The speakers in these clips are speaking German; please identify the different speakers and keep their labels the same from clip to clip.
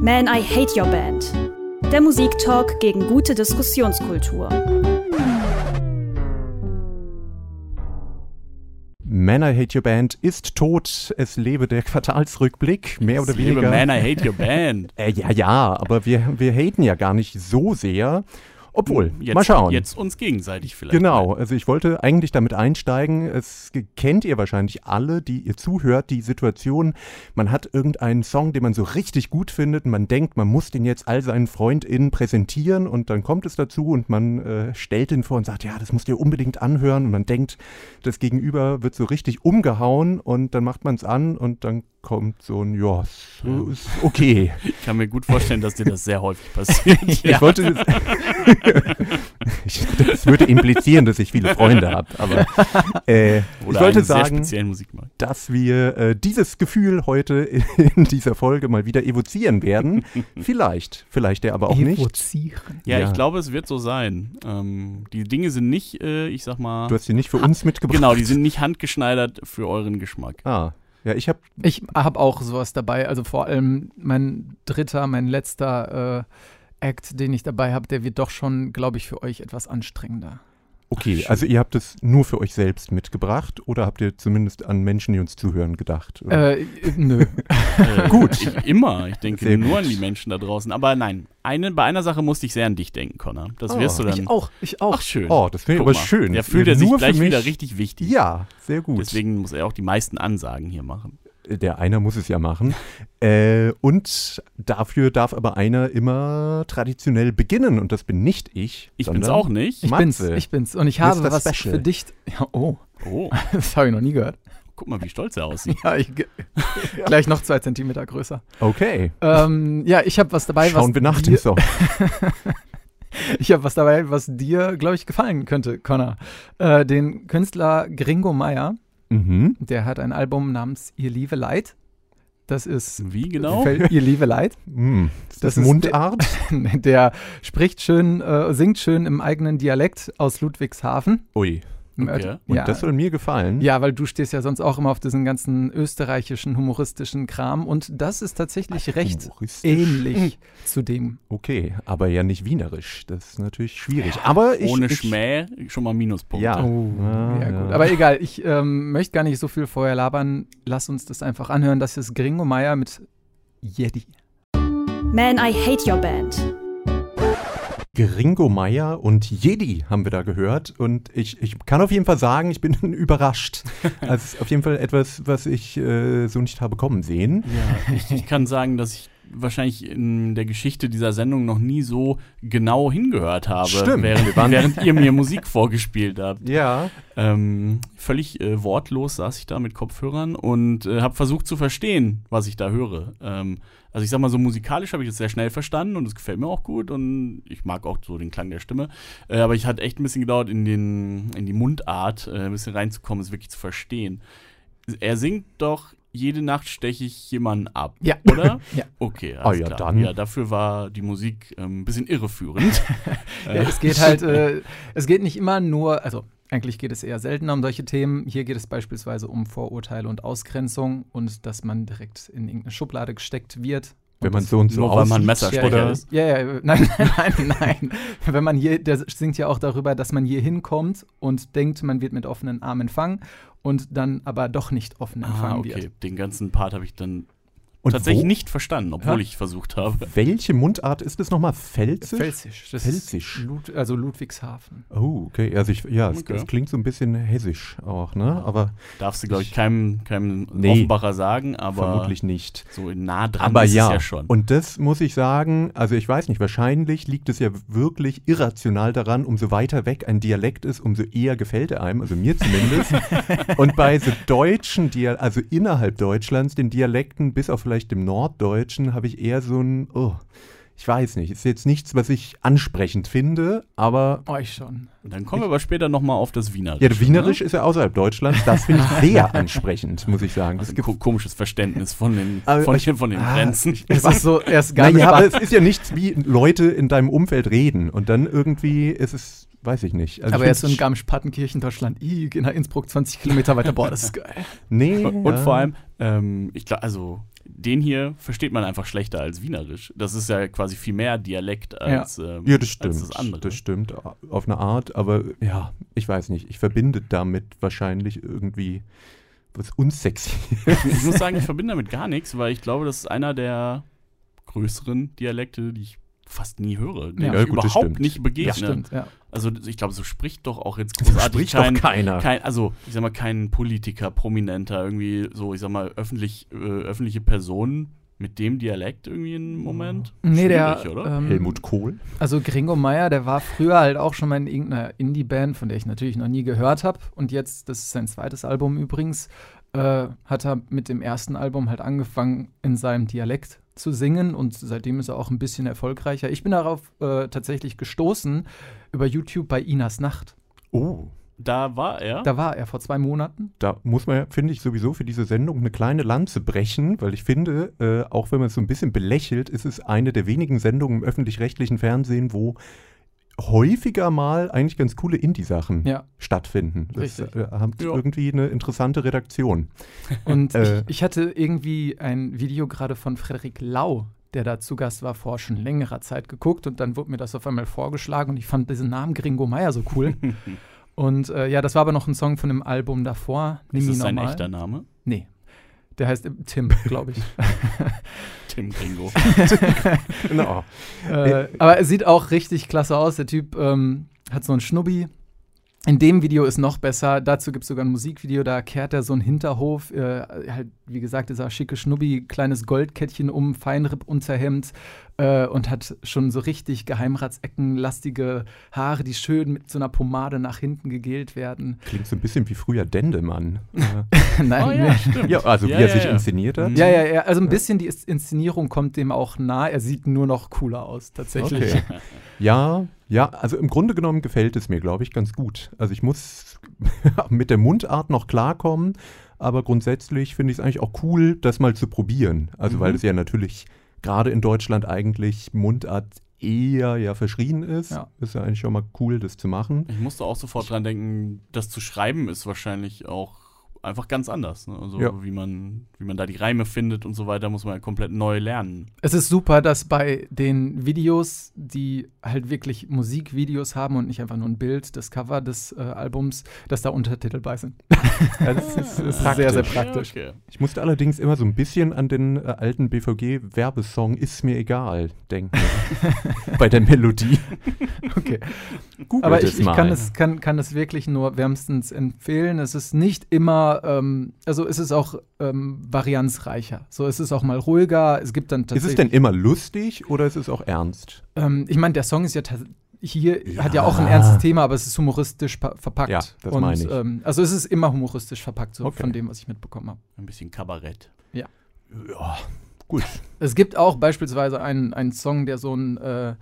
Speaker 1: Man, I Hate Your Band. Der Musiktalk gegen gute Diskussionskultur.
Speaker 2: Man, I Hate Your Band ist tot. Es lebe der Quartalsrückblick, mehr oder
Speaker 3: Liebe
Speaker 2: weniger.
Speaker 3: Man, I hate your band.
Speaker 2: Äh, ja, ja, aber wir, wir haten ja gar nicht so sehr. Obwohl,
Speaker 3: Jetzt,
Speaker 2: mal schauen.
Speaker 3: Jetzt uns gegenseitig vielleicht.
Speaker 2: Genau, also ich wollte eigentlich damit einsteigen, es ge- kennt ihr wahrscheinlich alle, die ihr zuhört, die Situation, man hat irgendeinen Song, den man so richtig gut findet, und man denkt, man muss den jetzt all seinen FreundInnen präsentieren und dann kommt es dazu und man äh, stellt ihn vor und sagt, ja, das musst du dir unbedingt anhören und man denkt, das Gegenüber wird so richtig umgehauen und dann macht man es an und dann kommt so ein, ja, so ist okay.
Speaker 3: Ich kann mir gut vorstellen, dass dir das sehr häufig passiert.
Speaker 2: Ich wollte. Das, ich, das würde implizieren, dass ich viele Freunde habe. Aber äh,
Speaker 3: Oder
Speaker 2: ich wollte
Speaker 3: einen sehr
Speaker 2: sagen,
Speaker 3: speziellen Musikmarkt.
Speaker 2: dass wir äh, dieses Gefühl heute in dieser Folge mal wieder evozieren werden. Vielleicht, vielleicht der aber auch nicht.
Speaker 4: Evozieren.
Speaker 3: Ja,
Speaker 2: Ja.
Speaker 3: ich glaube, es wird so sein. Ähm, die Dinge sind nicht, äh, ich sag mal,
Speaker 2: Du hast sie nicht für uns mitgebracht.
Speaker 3: genau, die sind nicht handgeschneidert für euren Geschmack.
Speaker 2: Ah, ja, ich habe.
Speaker 4: Ich habe auch sowas dabei. Also vor allem mein dritter, mein letzter äh, Act, den ich dabei habe, der wird doch schon, glaube ich, für euch etwas anstrengender.
Speaker 2: Okay, also ihr habt es nur für euch selbst mitgebracht oder habt ihr zumindest an Menschen, die uns zuhören, gedacht?
Speaker 4: Äh, nö.
Speaker 3: Äh,
Speaker 2: Gut.
Speaker 3: Ich, immer. Ich denke
Speaker 2: Sehr
Speaker 3: nur
Speaker 2: gut.
Speaker 3: an die Menschen da draußen. Aber nein, eine, bei einer Sache musste ich sehr an dich denken, Connor. Das
Speaker 2: Oh.
Speaker 3: wirst du dann.
Speaker 4: ich auch, ich auch.
Speaker 3: Ach, schön.
Speaker 2: oh, das finde ich
Speaker 3: Guck
Speaker 2: aber
Speaker 3: mal,
Speaker 2: schön.
Speaker 3: Der
Speaker 2: dass
Speaker 3: fühlt
Speaker 2: ihr
Speaker 3: er sich
Speaker 2: nur
Speaker 3: gleich
Speaker 2: für mich,
Speaker 3: wieder richtig wichtig.
Speaker 2: Ja, sehr gut.
Speaker 3: Deswegen muss er auch die meisten Ansagen hier machen.
Speaker 2: Der einer muss es ja machen. Äh, und dafür darf aber einer immer traditionell beginnen. Und das bin nicht ich.
Speaker 3: Ich
Speaker 2: sondern-
Speaker 3: bin's auch nicht.
Speaker 4: ich bin's,
Speaker 2: Matze.
Speaker 4: ich bin's. Und ich
Speaker 2: Mr.
Speaker 4: habe was
Speaker 2: Special.
Speaker 4: für dich. Ja, oh,
Speaker 3: Oh,
Speaker 4: das habe ich noch nie gehört.
Speaker 3: guck mal, wie stolz er aussieht.
Speaker 4: Ja, ich, Gleich noch zwei Zentimeter größer.
Speaker 2: Okay.
Speaker 4: Ähm, ja, ich habe was dabei,
Speaker 2: Schauen
Speaker 4: was
Speaker 2: wir nach dem
Speaker 4: dir,
Speaker 2: Song.
Speaker 4: ich habe was dabei, was dir, glaube ich, gefallen könnte, Connor. Äh, den Künstler Gringo Meyer,
Speaker 2: Mhm.
Speaker 4: der hat ein Album namens Ihr Liebe Leid. Das ist
Speaker 3: Wie genau?
Speaker 4: Fällt Ihr Liebe Leid.
Speaker 2: Mm. Ist das,
Speaker 4: Das ist
Speaker 2: Mundart?
Speaker 4: Der spricht schön, äh, singt schön im eigenen Dialekt aus Ludwigshafen.
Speaker 2: Ui.
Speaker 3: Okay.
Speaker 2: Und
Speaker 4: ja.
Speaker 2: das soll mir gefallen.
Speaker 4: ja, weil du stehst ja sonst auch immer auf diesen ganzen österreichischen humoristischen Kram und das ist tatsächlich recht
Speaker 2: Humoristisch.
Speaker 4: ähnlich zu dem.
Speaker 2: Oh, Okay, aber ja nicht wienerisch. Das ist natürlich schwierig. Aber ich.
Speaker 3: Ohne
Speaker 2: ich,
Speaker 3: Schmäh schon mal Minuspunkt.
Speaker 2: Ja.
Speaker 4: Oh, Ja,
Speaker 2: Ah,
Speaker 4: gut. Aber egal, ich ähm, möchte gar nicht so viel vorher labern. Lass uns das einfach anhören. Das ist Gringo Meier mit Yeti.
Speaker 1: Man, I Hate Your Band.
Speaker 2: Gringo Meier und Jedi haben wir da gehört. Und ich, ich kann auf jeden Fall sagen, ich bin überrascht. Also es ist auf jeden Fall etwas, was ich äh, so nicht habe kommen sehen.
Speaker 3: Ja, ich, ich kann sagen, dass ich wahrscheinlich in der Geschichte dieser Sendung noch nie so genau hingehört habe,
Speaker 2: Stimmt.
Speaker 3: Während, während ihr mir Musik vorgespielt habt.
Speaker 2: Ja.
Speaker 3: Ähm, völlig äh, wortlos saß ich da mit Kopfhörern und äh, habe versucht zu verstehen, was ich da höre. Ähm, also ich sag mal, so musikalisch habe ich das sehr schnell verstanden und es gefällt mir auch gut und ich mag auch so den Klang der Stimme. Äh, aber ich hat echt ein bisschen gedauert, in, den, in die Mundart äh, ein bisschen reinzukommen, es wirklich zu verstehen. Er singt doch, jede Nacht steche ich jemanden ab,
Speaker 4: Ja.
Speaker 3: oder?
Speaker 4: Ja.
Speaker 3: Okay,
Speaker 2: Ah,
Speaker 3: alles
Speaker 2: ja,
Speaker 3: klar.
Speaker 2: dann.
Speaker 3: Ja, dafür war die Musik ähm, ein bisschen irreführend.
Speaker 4: Ja, es geht halt, äh, es geht nicht immer nur, also eigentlich geht es eher seltener um solche Themen. Hier geht es beispielsweise um Vorurteile und Ausgrenzung und dass man direkt in irgendeine Schublade gesteckt wird.
Speaker 2: Wenn man so und so
Speaker 3: Nur weil man
Speaker 2: aussieht.
Speaker 3: Messerstecher
Speaker 2: oder-
Speaker 3: ist.
Speaker 4: Ja, ja, ja, nein, nein, nein, nein. Wenn man hier, der singt ja auch darüber, dass man hier hinkommt und denkt, man wird mit offenen Armen empfangen und dann aber doch nicht offen empfangen
Speaker 3: Ah, okay.
Speaker 4: wird.
Speaker 3: Den ganzen Part habe ich dann
Speaker 2: Und
Speaker 3: tatsächlich
Speaker 2: wo,
Speaker 3: nicht verstanden, obwohl
Speaker 2: Ja.
Speaker 3: ich versucht habe.
Speaker 2: Welche Mundart ist es nochmal? Felsisch?
Speaker 4: Pfälzisch. Das
Speaker 2: Pfälzisch.
Speaker 4: Ist Lud also Ludwigshafen.
Speaker 2: oh, okay. Also ich, ja, es,
Speaker 3: Okay.
Speaker 2: es klingt so ein bisschen hessisch auch, ne? Aber
Speaker 3: Darfst du, glaube ich, keinem, keinem
Speaker 2: Nee.
Speaker 3: Offenbacher sagen, aber
Speaker 2: vermutlich nicht.
Speaker 3: so nah dran
Speaker 2: Aber
Speaker 3: ist
Speaker 2: ja,
Speaker 3: es ja schon.
Speaker 2: und das muss ich sagen, also ich weiß nicht, wahrscheinlich liegt es ja wirklich irrational daran, umso weiter weg ein Dialekt ist, umso eher gefällt er einem, also mir zumindest. und bei so deutschen, Dial also innerhalb Deutschlands, den Dialekten, bis auf vielleicht dem Norddeutschen, habe ich eher so ein, oh, ich weiß nicht, ist jetzt nichts, was ich ansprechend finde, aber
Speaker 4: Euch schon.
Speaker 3: Dann kommen wir aber später nochmal auf das Wienerische. ne?
Speaker 2: ja, Wienerisch ist ja außerhalb Deutschlands, das finde ich sehr ansprechend, muss ich sagen.
Speaker 3: Ne?
Speaker 2: Das
Speaker 3: Also ein
Speaker 2: gibt
Speaker 3: ko komisches Verständnis von den,
Speaker 2: Aber
Speaker 3: von
Speaker 2: ich-
Speaker 3: den, von den
Speaker 2: ah,
Speaker 3: Grenzen.
Speaker 4: Es ist so erst gar
Speaker 2: Nein,
Speaker 4: nicht
Speaker 2: ja, aber es ist ja nichts, wie Leute in deinem Umfeld reden und dann irgendwie ist es, weiß ich nicht. Also
Speaker 4: Aber
Speaker 2: ich
Speaker 4: jetzt so in
Speaker 2: find's-
Speaker 4: Garmisch-Partenkirchen, Deutschland, I, geh nach Innsbruck, 20 Kilometer weiter, boah, das ist geil.
Speaker 2: Nee.
Speaker 3: Und vor allem, ähm, ich glaube, also den hier versteht man einfach schlechter als Wienerisch. Das ist ja quasi viel mehr Dialekt als, ähm,
Speaker 2: Ja, das stimmt.
Speaker 3: als das andere.
Speaker 2: Das stimmt a- auf eine Art, aber ja, ich weiß nicht. Ich verbinde damit wahrscheinlich irgendwie was unsexy.
Speaker 3: ich muss sagen, ich verbinde damit gar nichts, weil ich glaube, das ist einer der größeren Dialekte, die ich fast nie höre, den
Speaker 4: Ja.
Speaker 3: ich
Speaker 2: Ja, gut, das
Speaker 3: überhaupt
Speaker 2: stimmt.
Speaker 3: nicht
Speaker 4: Ja,
Speaker 3: begegne.
Speaker 4: stimmt, ja.
Speaker 3: also ich glaube, so spricht doch auch jetzt großartig
Speaker 2: Spricht
Speaker 3: kein,
Speaker 2: doch keiner.
Speaker 3: kein, also ich sag mal, kein Politiker, Prominenter, irgendwie so, ich sag mal, öffentlich, äh, öffentliche Personen mit dem Dialekt irgendwie im Moment.
Speaker 4: Nee, der.
Speaker 3: Schwierig, oder?
Speaker 4: ähm,
Speaker 2: Helmut Kohl.
Speaker 4: Also Gringo Meier, der war früher halt auch schon mal in irgendeiner Indie-Band, von der ich natürlich noch nie gehört habe. Und jetzt, das ist sein zweites Album übrigens, äh, hat er mit dem ersten Album halt angefangen, in seinem Dialekt zu singen. Und seitdem ist er auch ein bisschen erfolgreicher. Ich bin darauf äh, tatsächlich gestoßen über YouTube bei Inas Nacht.
Speaker 2: Oh,
Speaker 3: Da war er.
Speaker 4: Da war er vor zwei Monaten.
Speaker 2: da muss man, ja, finde ich, sowieso für diese Sendung eine kleine Lanze brechen, weil ich finde, äh, auch wenn man es so ein bisschen belächelt, ist es eine der wenigen Sendungen im öffentlich-rechtlichen Fernsehen, wo häufiger mal eigentlich ganz coole Indie-Sachen
Speaker 4: Ja.
Speaker 2: stattfinden. Das
Speaker 4: Richtig.
Speaker 2: äh, hat
Speaker 3: Ja.
Speaker 2: irgendwie eine interessante Redaktion.
Speaker 4: Und
Speaker 2: Äh.
Speaker 4: ich, ich hatte irgendwie ein Video gerade von Frederik Lau, der da zu Gast war, vor schon längerer Zeit geguckt und dann wurde mir das auf einmal vorgeschlagen und ich fand diesen Namen Gringo Meier so cool. und äh, ja, das war aber noch ein Song von dem Album davor. Nimm
Speaker 3: ist
Speaker 4: ihn
Speaker 3: das sein
Speaker 4: normal.
Speaker 3: echter Name?
Speaker 4: Nee. Der heißt äh, Tim, glaube ich.
Speaker 3: Tim Gringo.
Speaker 2: Genau.
Speaker 4: äh, aber er sieht auch richtig klasse aus. Der Typ ähm, hat so einen Schnubbi. In dem Video ist noch besser. Dazu gibt es sogar ein Musikvideo, da kehrt er so einen Hinterhof. Äh, halt, wie gesagt, dieser schicke Schnubbi, kleines Goldkettchen um, Feinripp-Unterhemd äh, und hat schon so richtig Geheimratsecken, lastige Haare, die schön mit so einer Pomade nach hinten gegelt werden.
Speaker 2: Klingt so ein bisschen wie früher Dendemann.
Speaker 4: Nein,
Speaker 3: Oh ja, stimmt.
Speaker 2: ja, also
Speaker 3: Ja,
Speaker 2: wie er
Speaker 3: ja,
Speaker 2: sich
Speaker 3: ja.
Speaker 2: inszeniert hat.
Speaker 3: Mhm.
Speaker 4: Ja, ja, ja. Also ein bisschen die Is- Inszenierung kommt dem auch nah. Er sieht nur noch cooler aus, tatsächlich.
Speaker 2: Okay. Ja, ja, also im Grunde genommen gefällt es mir, glaube ich, ganz gut. Also ich muss mit der Mundart noch klarkommen, aber grundsätzlich finde ich es eigentlich auch cool, das mal zu probieren. Also weil
Speaker 3: Mhm.
Speaker 2: es ja natürlich gerade in Deutschland eigentlich Mundart eher ja verschrien ist.
Speaker 4: Ja.
Speaker 2: Ist ja eigentlich schon mal cool, das zu machen.
Speaker 3: Ich musste auch sofort dran denken, das zu schreiben ist wahrscheinlich auch einfach ganz anders. Ne? Also
Speaker 2: Ja.
Speaker 3: wie, man, wie man da die Reime findet und so weiter, muss man ja komplett neu lernen.
Speaker 4: Es ist super, dass bei den Videos, die halt wirklich Musikvideos haben und nicht einfach nur ein Bild, das Cover des äh, Albums, dass da Untertitel bei sind.
Speaker 2: Ja, das ist,
Speaker 4: Das ist
Speaker 2: praktisch.
Speaker 4: sehr, sehr praktisch.
Speaker 3: Ja, okay.
Speaker 2: Ich musste allerdings immer so ein bisschen an den äh, alten BVG-Werbesong Ist mir egal denken. Bei der Melodie.
Speaker 4: Okay.
Speaker 2: Googelt
Speaker 4: Aber
Speaker 2: es
Speaker 4: ich, ich
Speaker 2: mal.
Speaker 4: kann, es, kann, kann es wirklich nur wärmstens empfehlen. Es ist nicht immer, ähm, also es ist auch ähm, varianzreicher. So, es ist auch mal ruhiger. Es gibt dann
Speaker 2: Ist
Speaker 4: tatsächlich.
Speaker 2: es denn immer lustig oder ist es auch ernst?
Speaker 4: Ähm, ich meine, der Song ist ja ta- hier
Speaker 2: Ja.
Speaker 4: hat ja auch ein ernstes Thema, aber es ist humoristisch pa- verpackt.
Speaker 2: Ja, das
Speaker 4: und,
Speaker 2: meine ich.
Speaker 4: Ähm, also es ist immer humoristisch verpackt, so
Speaker 2: Okay.
Speaker 4: von dem, was ich mitbekommen habe.
Speaker 3: Ein bisschen Kabarett.
Speaker 2: Ja, gut.
Speaker 4: Es gibt auch beispielsweise einen, einen Song, der so ein äh,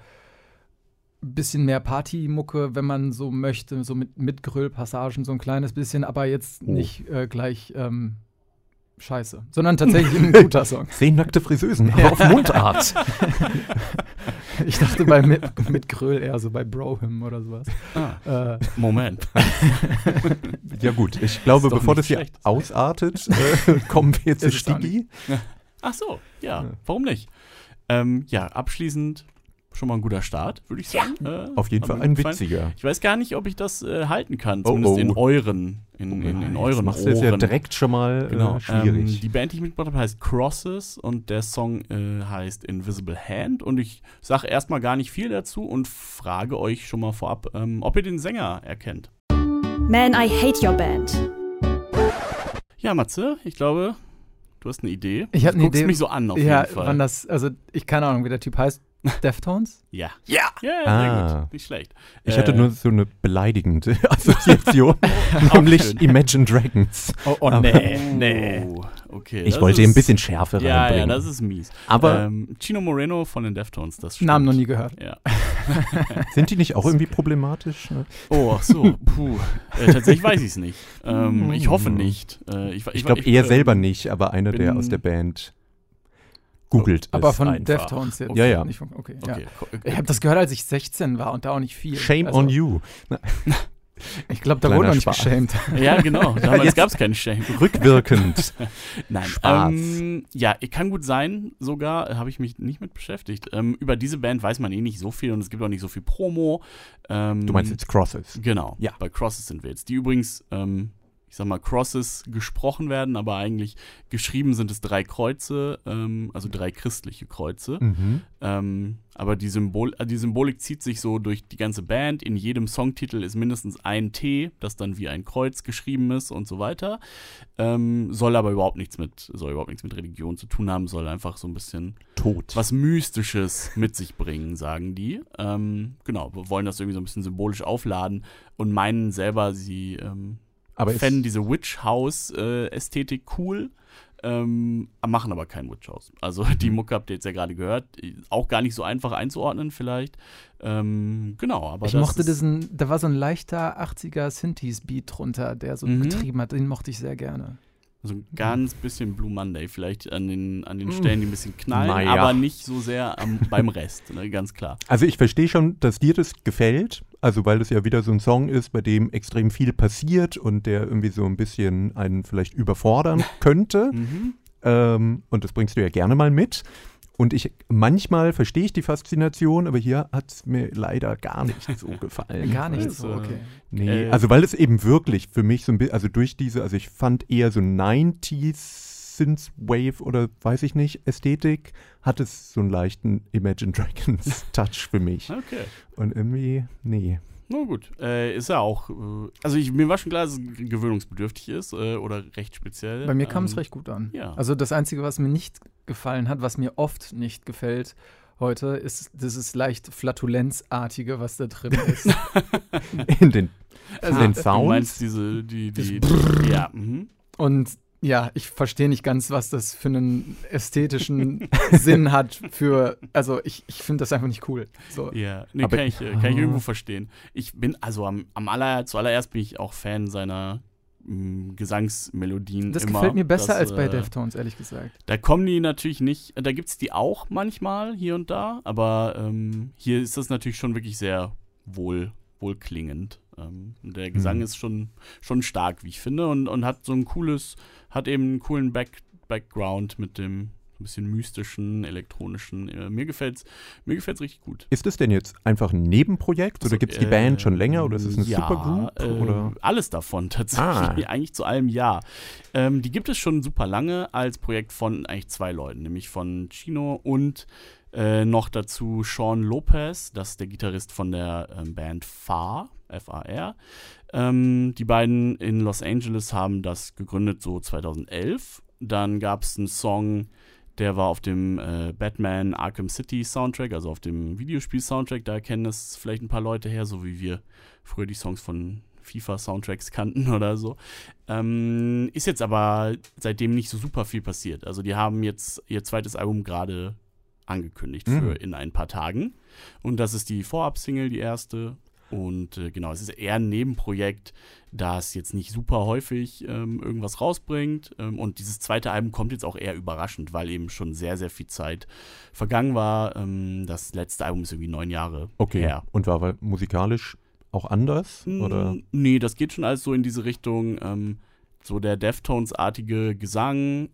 Speaker 4: bisschen mehr Partymucke, wenn man so möchte, so mit, mit Grillpassagen, so ein kleines bisschen, aber jetzt
Speaker 2: Oh.
Speaker 4: nicht äh, gleich ähm, scheiße, sondern tatsächlich ein guter Song.
Speaker 2: Zehn nackte Friseusen, aber auf Mundart.
Speaker 4: Ich dachte bei mit, mit Grill eher so bei Brohim oder sowas.
Speaker 3: Ah,
Speaker 4: Äh,
Speaker 3: Moment.
Speaker 2: Ja gut, ich glaube,
Speaker 3: Ist doch
Speaker 2: bevor
Speaker 3: nicht
Speaker 2: das hier
Speaker 3: schlecht.
Speaker 2: ausartet, äh, kommen wir zu
Speaker 4: Ist es auch
Speaker 2: Stigi.
Speaker 3: Ach so, ja,
Speaker 2: Ja.
Speaker 3: warum nicht? Ähm, ja, abschließend schon mal ein guter Start, würde ich sagen. Äh,
Speaker 2: Auf jeden
Speaker 3: hat
Speaker 2: Fall
Speaker 3: mir
Speaker 2: ein
Speaker 3: gefallen.
Speaker 2: witziger.
Speaker 3: Ich weiß gar nicht, ob ich das äh, halten kann,
Speaker 2: Oh,
Speaker 3: zumindest
Speaker 2: oh.
Speaker 3: in euren, in, in, in
Speaker 2: Jetzt
Speaker 3: euren
Speaker 2: machst du das ja
Speaker 3: Ohren.
Speaker 2: direkt schon mal
Speaker 3: Genau.
Speaker 2: äh, schwierig.
Speaker 3: Ähm, die Band, die ich mitgebracht habe, heißt Crosses und der Song äh, heißt Invisible Hand. Und ich sage erstmal gar nicht viel dazu und frage euch schon mal vorab, ähm, ob ihr den Sänger erkennt.
Speaker 1: Man, I hate your band.
Speaker 3: Ja, Matze, ich glaube, du hast eine Idee.
Speaker 4: Ich hab
Speaker 3: Du
Speaker 4: eine
Speaker 3: guckst
Speaker 4: Idee.
Speaker 3: mich so an auf
Speaker 4: ja,
Speaker 3: jeden
Speaker 4: wann
Speaker 3: Fall.
Speaker 4: das, also ich keine Ahnung, wie der Typ heißt. Deftones?
Speaker 3: Ja. Ja! Ja, sehr
Speaker 2: Ah.
Speaker 3: gut. Nicht schlecht.
Speaker 2: ich hatte
Speaker 3: Äh,
Speaker 2: nur so eine beleidigende Assoziation, nämlich
Speaker 3: schön.
Speaker 2: Imagine Dragons.
Speaker 4: Oh, oh
Speaker 3: Oh, Okay.
Speaker 2: Ich
Speaker 3: das
Speaker 2: wollte ihm ein
Speaker 3: ist-
Speaker 2: bisschen Schärfe
Speaker 3: Ja, ja,
Speaker 2: reinbringen.
Speaker 3: das ist mies.
Speaker 2: aber
Speaker 3: ähm, Chino Moreno von den Deftones, das stimmt.
Speaker 4: Namen noch nie gehört.
Speaker 3: Ja.
Speaker 2: sind die nicht auch irgendwie problematisch?
Speaker 3: Oh, ach so, puh. Äh, tatsächlich weiß ich es nicht. Ähm, ich hoffe nicht. Äh, ich
Speaker 2: Ich glaube, er
Speaker 3: äh,
Speaker 2: selber nicht, aber einer der
Speaker 3: bin-
Speaker 2: aus der Band googelt
Speaker 4: Aber
Speaker 2: es
Speaker 4: von
Speaker 2: einfach.
Speaker 4: Deftones jetzt.
Speaker 2: Ja, ja.
Speaker 4: Nicht von, okay, ja.
Speaker 3: Okay.
Speaker 4: Ich habe das gehört, als ich 16 war und da auch nicht viel.
Speaker 2: Shame
Speaker 4: also,
Speaker 2: on you.
Speaker 4: Ich glaube, da
Speaker 2: Kleiner
Speaker 4: wurde noch nicht
Speaker 2: Spaß.
Speaker 4: geschämt.
Speaker 3: Ja, genau. Damals gab es keinen Shame.
Speaker 2: Rückwirkend.
Speaker 3: Nein,
Speaker 2: Spaß.
Speaker 3: Ähm, ja, kann gut sein, sogar äh, habe ich mich nicht mit beschäftigt. Ähm, über diese Band weiß man eh nicht so viel und es gibt auch nicht so viel Promo. Ähm,
Speaker 2: Du meinst jetzt Crosses.
Speaker 3: Genau,
Speaker 2: Ja.
Speaker 3: bei Crosses sind wir jetzt. Die übrigens, ähm, ich sag mal, Crosses gesprochen werden, aber eigentlich geschrieben sind es drei Kreuze, ähm, also drei christliche Kreuze.
Speaker 2: Mhm.
Speaker 3: Ähm, aber die, Symbol äh, die Symbolik zieht sich so durch die ganze Band. In jedem Songtitel ist mindestens ein T, das dann wie ein Kreuz geschrieben ist und so weiter. Ähm, soll aber überhaupt nichts mit, soll überhaupt nichts mit Religion zu tun haben, soll einfach so ein bisschen
Speaker 2: Tot.
Speaker 3: was Mystisches mit sich bringen, sagen die. Ähm, genau, wir wollen das irgendwie so ein bisschen symbolisch aufladen und meinen selber, sie ähm,
Speaker 2: Aber es-
Speaker 3: fänden diese Witch House-Ästhetik cool, ähm, machen aber kein Witch House. Also die Mucke habt ihr jetzt ja gerade gehört, auch gar nicht so einfach einzuordnen vielleicht. Ähm, genau, aber
Speaker 4: Ich
Speaker 3: das
Speaker 4: mochte
Speaker 3: ist,
Speaker 4: diesen, da war so ein leichter 80er Synthes-Beat drunter, der so
Speaker 3: Mhm.
Speaker 4: getrieben hat. Den mochte ich sehr gerne.
Speaker 3: So ein ganz bisschen Blue Monday, vielleicht an den, an den Stellen, die ein bisschen knallen,
Speaker 2: Naja.
Speaker 3: aber nicht so sehr am, beim Rest, ne, ganz klar.
Speaker 2: Also ich verstehe schon, dass dir das gefällt, also weil das ja wieder so ein Song ist, bei dem extrem viel passiert und der irgendwie so ein bisschen einen vielleicht überfordern könnte.
Speaker 3: Mhm.
Speaker 2: ähm, und das bringst du ja gerne mal mit. Und ich manchmal verstehe ich die Faszination, aber hier hat es mir leider gar nicht so gefallen.
Speaker 4: Gar nicht
Speaker 3: weiß,
Speaker 4: so,
Speaker 3: äh,
Speaker 4: okay.
Speaker 2: Nee,
Speaker 3: Äh,
Speaker 2: also weil es eben wirklich für mich so ein bisschen, also durch diese, also ich fand eher so 90s Synthwave oder weiß ich nicht, Ästhetik, hat es so einen leichten Imagine Dragons Touch für mich.
Speaker 3: Okay.
Speaker 2: Und irgendwie, nee.
Speaker 3: Na gut, äh, ist ja auch. Äh, also ich, mir war schon klar, dass es g- gewöhnungsbedürftig ist äh, oder recht speziell.
Speaker 4: Bei mir kam es
Speaker 3: Ähm,
Speaker 4: recht gut an.
Speaker 3: ja.
Speaker 4: Also das Einzige, was mir nicht gefallen hat, was mir oft nicht gefällt heute, ist dieses leicht flatulenzartige, was da drin ist.
Speaker 2: In den,
Speaker 4: Also,
Speaker 2: den
Speaker 3: Du
Speaker 2: Sounds.
Speaker 3: meinst diese, die,
Speaker 4: Das
Speaker 3: die, ja, mhm.
Speaker 4: Und ja, ich verstehe nicht ganz, was das für einen ästhetischen Sinn hat für, also ich, ich finde das einfach nicht cool. So.
Speaker 3: ja, nee,
Speaker 2: Aber-
Speaker 3: kann ich, äh, kann ich
Speaker 4: Ah.
Speaker 3: irgendwo verstehen. Ich bin, also am, am aller, zuallererst bin ich auch Fan seiner mh, Gesangsmelodien
Speaker 4: Das
Speaker 3: immer.
Speaker 4: gefällt mir besser
Speaker 3: Das,
Speaker 4: als bei
Speaker 3: äh,
Speaker 4: Deftones, ehrlich gesagt.
Speaker 3: Da kommen die natürlich nicht, äh, da gibt es die auch manchmal hier und da, aber ähm, hier ist das natürlich schon wirklich sehr wohl, wohlklingend. Ähm, und der Gesang
Speaker 2: Mhm.
Speaker 3: ist schon, schon stark, wie ich finde, und, und hat so ein cooles, hat eben einen coolen Back, Background mit dem ein bisschen mystischen, elektronischen. Äh, mir gefällt's, mir gefällt's richtig gut.
Speaker 2: Ist das denn jetzt einfach ein Nebenprojekt oder
Speaker 3: Also,
Speaker 2: gibt es die
Speaker 3: äh,
Speaker 2: Band schon länger oder ist es eine
Speaker 3: ja,
Speaker 2: Supergroup?
Speaker 3: Äh,
Speaker 2: oder? Ah.
Speaker 3: Alles davon tatsächlich. Eigentlich zu allem ja. Ähm, die gibt es schon super lange als Projekt von eigentlich zwei Leuten, nämlich von Chino und äh, noch dazu Sean Lopez, das ist der Gitarrist von der ähm, Band Far, F-A-R. Ähm, die beiden in Los Angeles haben das gegründet so 2011. Dann gab es einen Song, der war auf dem äh, Batman Arkham City Soundtrack, also auf dem Videospiel Soundtrack. Da kennen das vielleicht ein paar Leute her, so wie wir früher die Songs von FIFA Soundtracks kannten oder so. Ähm, ist jetzt aber seitdem nicht so super viel passiert. Also die haben jetzt ihr zweites Album gerade angekündigt für
Speaker 2: Mhm.
Speaker 3: in ein paar Tagen. Und das ist die Vorab-Single, die erste. Und äh, genau, es ist eher ein Nebenprojekt, das jetzt nicht super häufig ähm, irgendwas rausbringt. Ähm, und dieses zweite Album kommt jetzt auch eher überraschend, weil eben schon sehr, sehr viel Zeit vergangen war. Ähm, das letzte Album ist irgendwie neun Jahre
Speaker 2: okay.
Speaker 3: her.
Speaker 2: Und war aber musikalisch auch anders? Oder?
Speaker 3: Mm, Nee, das geht schon alles so in diese Richtung, ähm, so der Deftones-artige Gesang